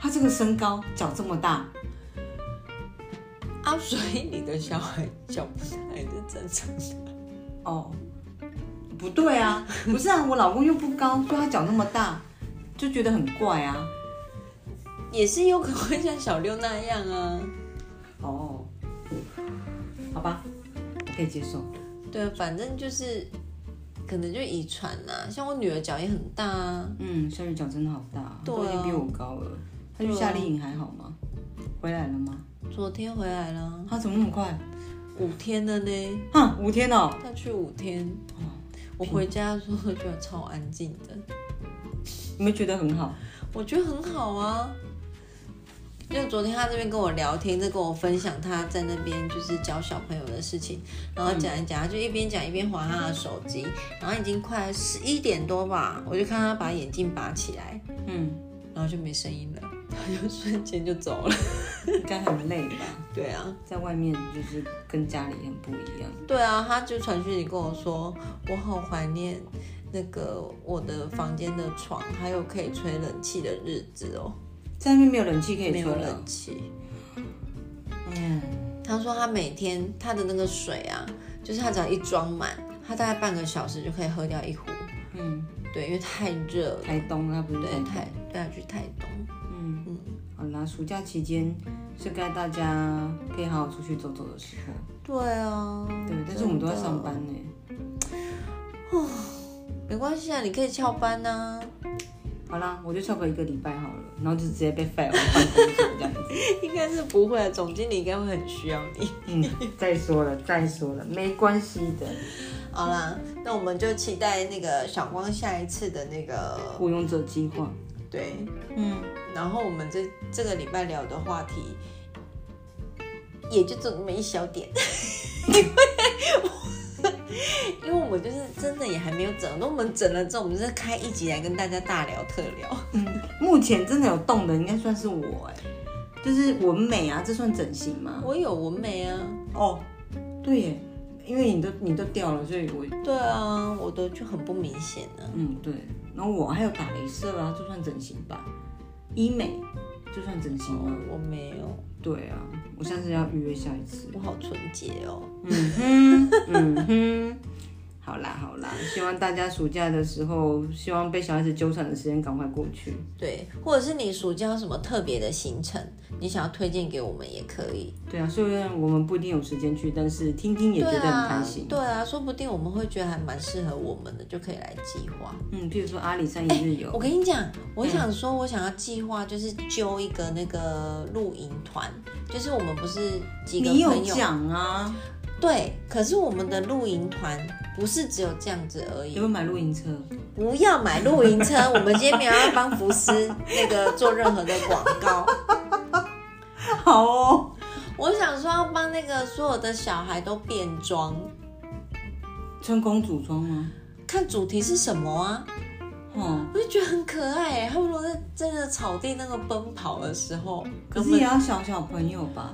[SPEAKER 1] 他这个身高，脚这么大，
[SPEAKER 2] 啊， 所以你的小孩脚不大也是正常的。
[SPEAKER 1] 哦，不对啊，不是啊，我老公又不高，所以他脚那么大，就觉得很怪啊。
[SPEAKER 2] 也是有可能会像小六那样啊。
[SPEAKER 1] 哦，好吧，我可以接受。
[SPEAKER 2] 对，啊反正就是可能就遗传啦。像我女儿脚也很大啊，
[SPEAKER 1] 嗯，小雨脚真的好大，
[SPEAKER 2] 对啊
[SPEAKER 1] 都已经比我高了。他去夏令营还好吗？回来了吗？啊
[SPEAKER 2] 昨天回来了，
[SPEAKER 1] 他怎么那么快？
[SPEAKER 2] 五天了呢，
[SPEAKER 1] 哼，五天哦。
[SPEAKER 2] 她去五天。我回家的时候觉得超安静的，
[SPEAKER 1] 你们觉得很好？
[SPEAKER 2] 我觉得很好啊。就昨天她这边跟我聊天，在跟我分享她在那边就是教小朋友的事情，然后讲一讲，她就一边讲一边划她的手机，然后已经快十一点多吧，我就看她把眼镜拔起来，
[SPEAKER 1] 嗯，
[SPEAKER 2] 然后就没声音了，她就瞬间就走了。
[SPEAKER 1] 应该很累吧？
[SPEAKER 2] 对啊，
[SPEAKER 1] 在外面就是跟家里很不一样。
[SPEAKER 2] 对啊，他就传讯息跟我说，我好怀念那个我的房间的床，还有可以吹冷气的日子哦，
[SPEAKER 1] 在外面没有冷气可以
[SPEAKER 2] 没
[SPEAKER 1] 吹
[SPEAKER 2] 有
[SPEAKER 1] 了
[SPEAKER 2] 冷。气。
[SPEAKER 1] 嗯，
[SPEAKER 2] 他说他每天他的那个水啊，就是他只要一装满，他大概半个小时就可以喝掉一壶。
[SPEAKER 1] 嗯，
[SPEAKER 2] 对，因为太热了，
[SPEAKER 1] 台东啊，不是
[SPEAKER 2] 对，
[SPEAKER 1] 台
[SPEAKER 2] 太对啊，去台东。
[SPEAKER 1] 嗯嗯。好啦，暑假期间是该大家可以好好出去走走的时候。
[SPEAKER 2] 对啊，
[SPEAKER 1] 对，但是我们都在
[SPEAKER 2] 真的
[SPEAKER 1] 上班，呢、
[SPEAKER 2] 没关系啊，你可以翘班啊呐、
[SPEAKER 1] 好啦，我就翘个一个礼拜好了，然后就直接被 fire 换工作这样子。
[SPEAKER 2] 应该是不会啊，总经理应该会很需要你。
[SPEAKER 1] 嗯，再说了，再说了，没关系的，
[SPEAKER 2] 好啦，那我们就期待那个小光下一次的那个
[SPEAKER 1] 雇佣者计划。
[SPEAKER 2] 对，
[SPEAKER 1] 嗯，
[SPEAKER 2] 然后我们这这个礼拜聊的话题，也就这么一小点， 因为我因为我们就是真的也还没有整，那我们整了之后，我们就是开一集来跟大家大聊特聊。
[SPEAKER 1] 目前真的有动的，应该算是我哎、就是纹眉啊，这算整形吗？
[SPEAKER 2] 我有纹眉啊，
[SPEAKER 1] 哦，对耶，因为你都你都掉了，所以我
[SPEAKER 2] 对啊，我的就很不明显啊。
[SPEAKER 1] 嗯对，然后我还有打镭射啊，这算整形吧？医美这算整形吗？
[SPEAKER 2] 我没有，
[SPEAKER 1] 对啊，我下次要预约下一次。
[SPEAKER 2] 我好纯洁哦。
[SPEAKER 1] 嗯哼，嗯哼，好啦好啦，希望大家暑假的时候，希望被小孩子纠缠的时间赶快过去。
[SPEAKER 2] 对，或者是你暑假有什么特别的行程，你想要推荐给我们也可以。
[SPEAKER 1] 对啊，虽然我们不一定有时间去，但是听听也觉
[SPEAKER 2] 对
[SPEAKER 1] 得
[SPEAKER 2] 啊，
[SPEAKER 1] 很开心。
[SPEAKER 2] 对啊，说不定我们会觉得还蛮适合我们的，就可以来计划。
[SPEAKER 1] 嗯，譬如说阿里山一日游，
[SPEAKER 2] 我跟你讲，我想说，我想要计划就是揪一个那个露营团，就是我们不是几个
[SPEAKER 1] 你有
[SPEAKER 2] 朋友
[SPEAKER 1] 讲啊，
[SPEAKER 2] 对，可是我们的露营团不是只有这样子而
[SPEAKER 1] 有没
[SPEAKER 2] 已。
[SPEAKER 1] 有买露营车？
[SPEAKER 2] 不要买露营车，我们今天没有要帮福斯那个做任何的广 告。
[SPEAKER 1] 好哦，
[SPEAKER 2] 我想说要帮那个所有的小孩都变装，
[SPEAKER 1] 穿公主装吗？
[SPEAKER 2] 看主题是什么啊？
[SPEAKER 1] 哦，
[SPEAKER 2] 我就觉得很可爱欸耶，他们如果在在那草地那个奔跑的时候，
[SPEAKER 1] 可
[SPEAKER 2] 根
[SPEAKER 1] 是也
[SPEAKER 2] 本
[SPEAKER 1] 要小小朋友吧？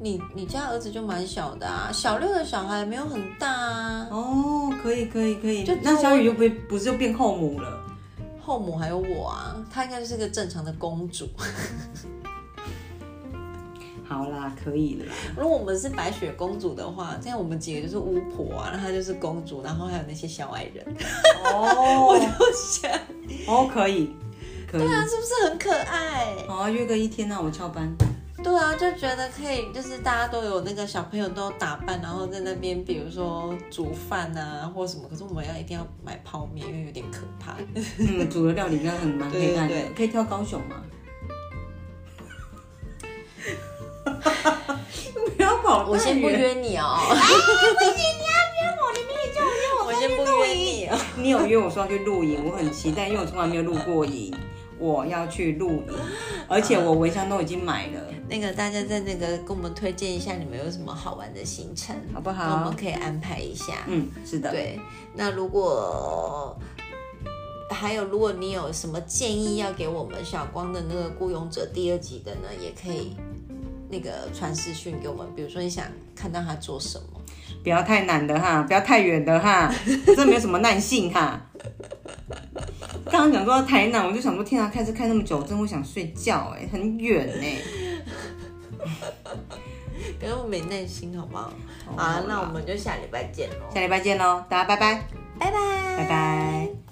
[SPEAKER 2] 你你家儿子就蛮小的啊，小六的小孩没有很大啊，
[SPEAKER 1] 哦，可以可以可以
[SPEAKER 2] 就，
[SPEAKER 1] 那
[SPEAKER 2] 做
[SPEAKER 1] 小雨就不不是就变后母了？
[SPEAKER 2] 后母还有我啊，她应该就是个正常的公 主。
[SPEAKER 1] 好啦，可以了啦。
[SPEAKER 2] 如果我们是白雪公主的话，这样我们几个就是巫婆啊，然后她就是公主，然后还有那些小矮人，
[SPEAKER 1] 哦，
[SPEAKER 2] 我想，
[SPEAKER 1] 哦，可以，可以。
[SPEAKER 2] 那啊是不是很可爱？
[SPEAKER 1] 好啊，约个一天啊，我翘班。
[SPEAKER 2] 对啊，就觉得可以，就是大家都有那个小朋友都有打扮，然后在那边，比如说煮饭啊或什么。可是我们要一定要买泡面，因为有点可 怕。
[SPEAKER 1] 嗯，煮的料理应该很蛮黑暗的
[SPEAKER 2] 对对，对
[SPEAKER 1] 可以挑高雄吗？ 不要跑太
[SPEAKER 2] 我先不
[SPEAKER 1] 远，啊
[SPEAKER 2] 约你 哦，我先不约你哦。哦
[SPEAKER 1] 你有约我说要去露营，我很期待，因为我从来没有露过营。我要去露营，而且我蚊香都已经买了，
[SPEAKER 2] 那个大家在那个给我们推荐一下，你们有什么好玩的行程，
[SPEAKER 1] 好不
[SPEAKER 2] 那我
[SPEAKER 1] 好
[SPEAKER 2] 们？可以安排一下。
[SPEAKER 1] 嗯，是的，
[SPEAKER 2] 对，那如果还有，如果你有什么建议要给我们小光的那个《雇佣者》第二集的呢，也可以那个传私讯给我们。比如说你想看到他做什么，
[SPEAKER 1] 不要太难的哈，不要太远的哈，这没有什么耐性哈。刚刚讲说到台南，我就想说，天啊，开车开那么久，真的会想睡觉哎、很远哎、
[SPEAKER 2] 可是我没耐心，好不好？
[SPEAKER 1] 哦
[SPEAKER 2] 好啊
[SPEAKER 1] 好，啦
[SPEAKER 2] 那我们就下礼拜见喽，
[SPEAKER 1] 下礼拜见喽，大家拜拜，
[SPEAKER 2] 拜拜，
[SPEAKER 1] 拜拜。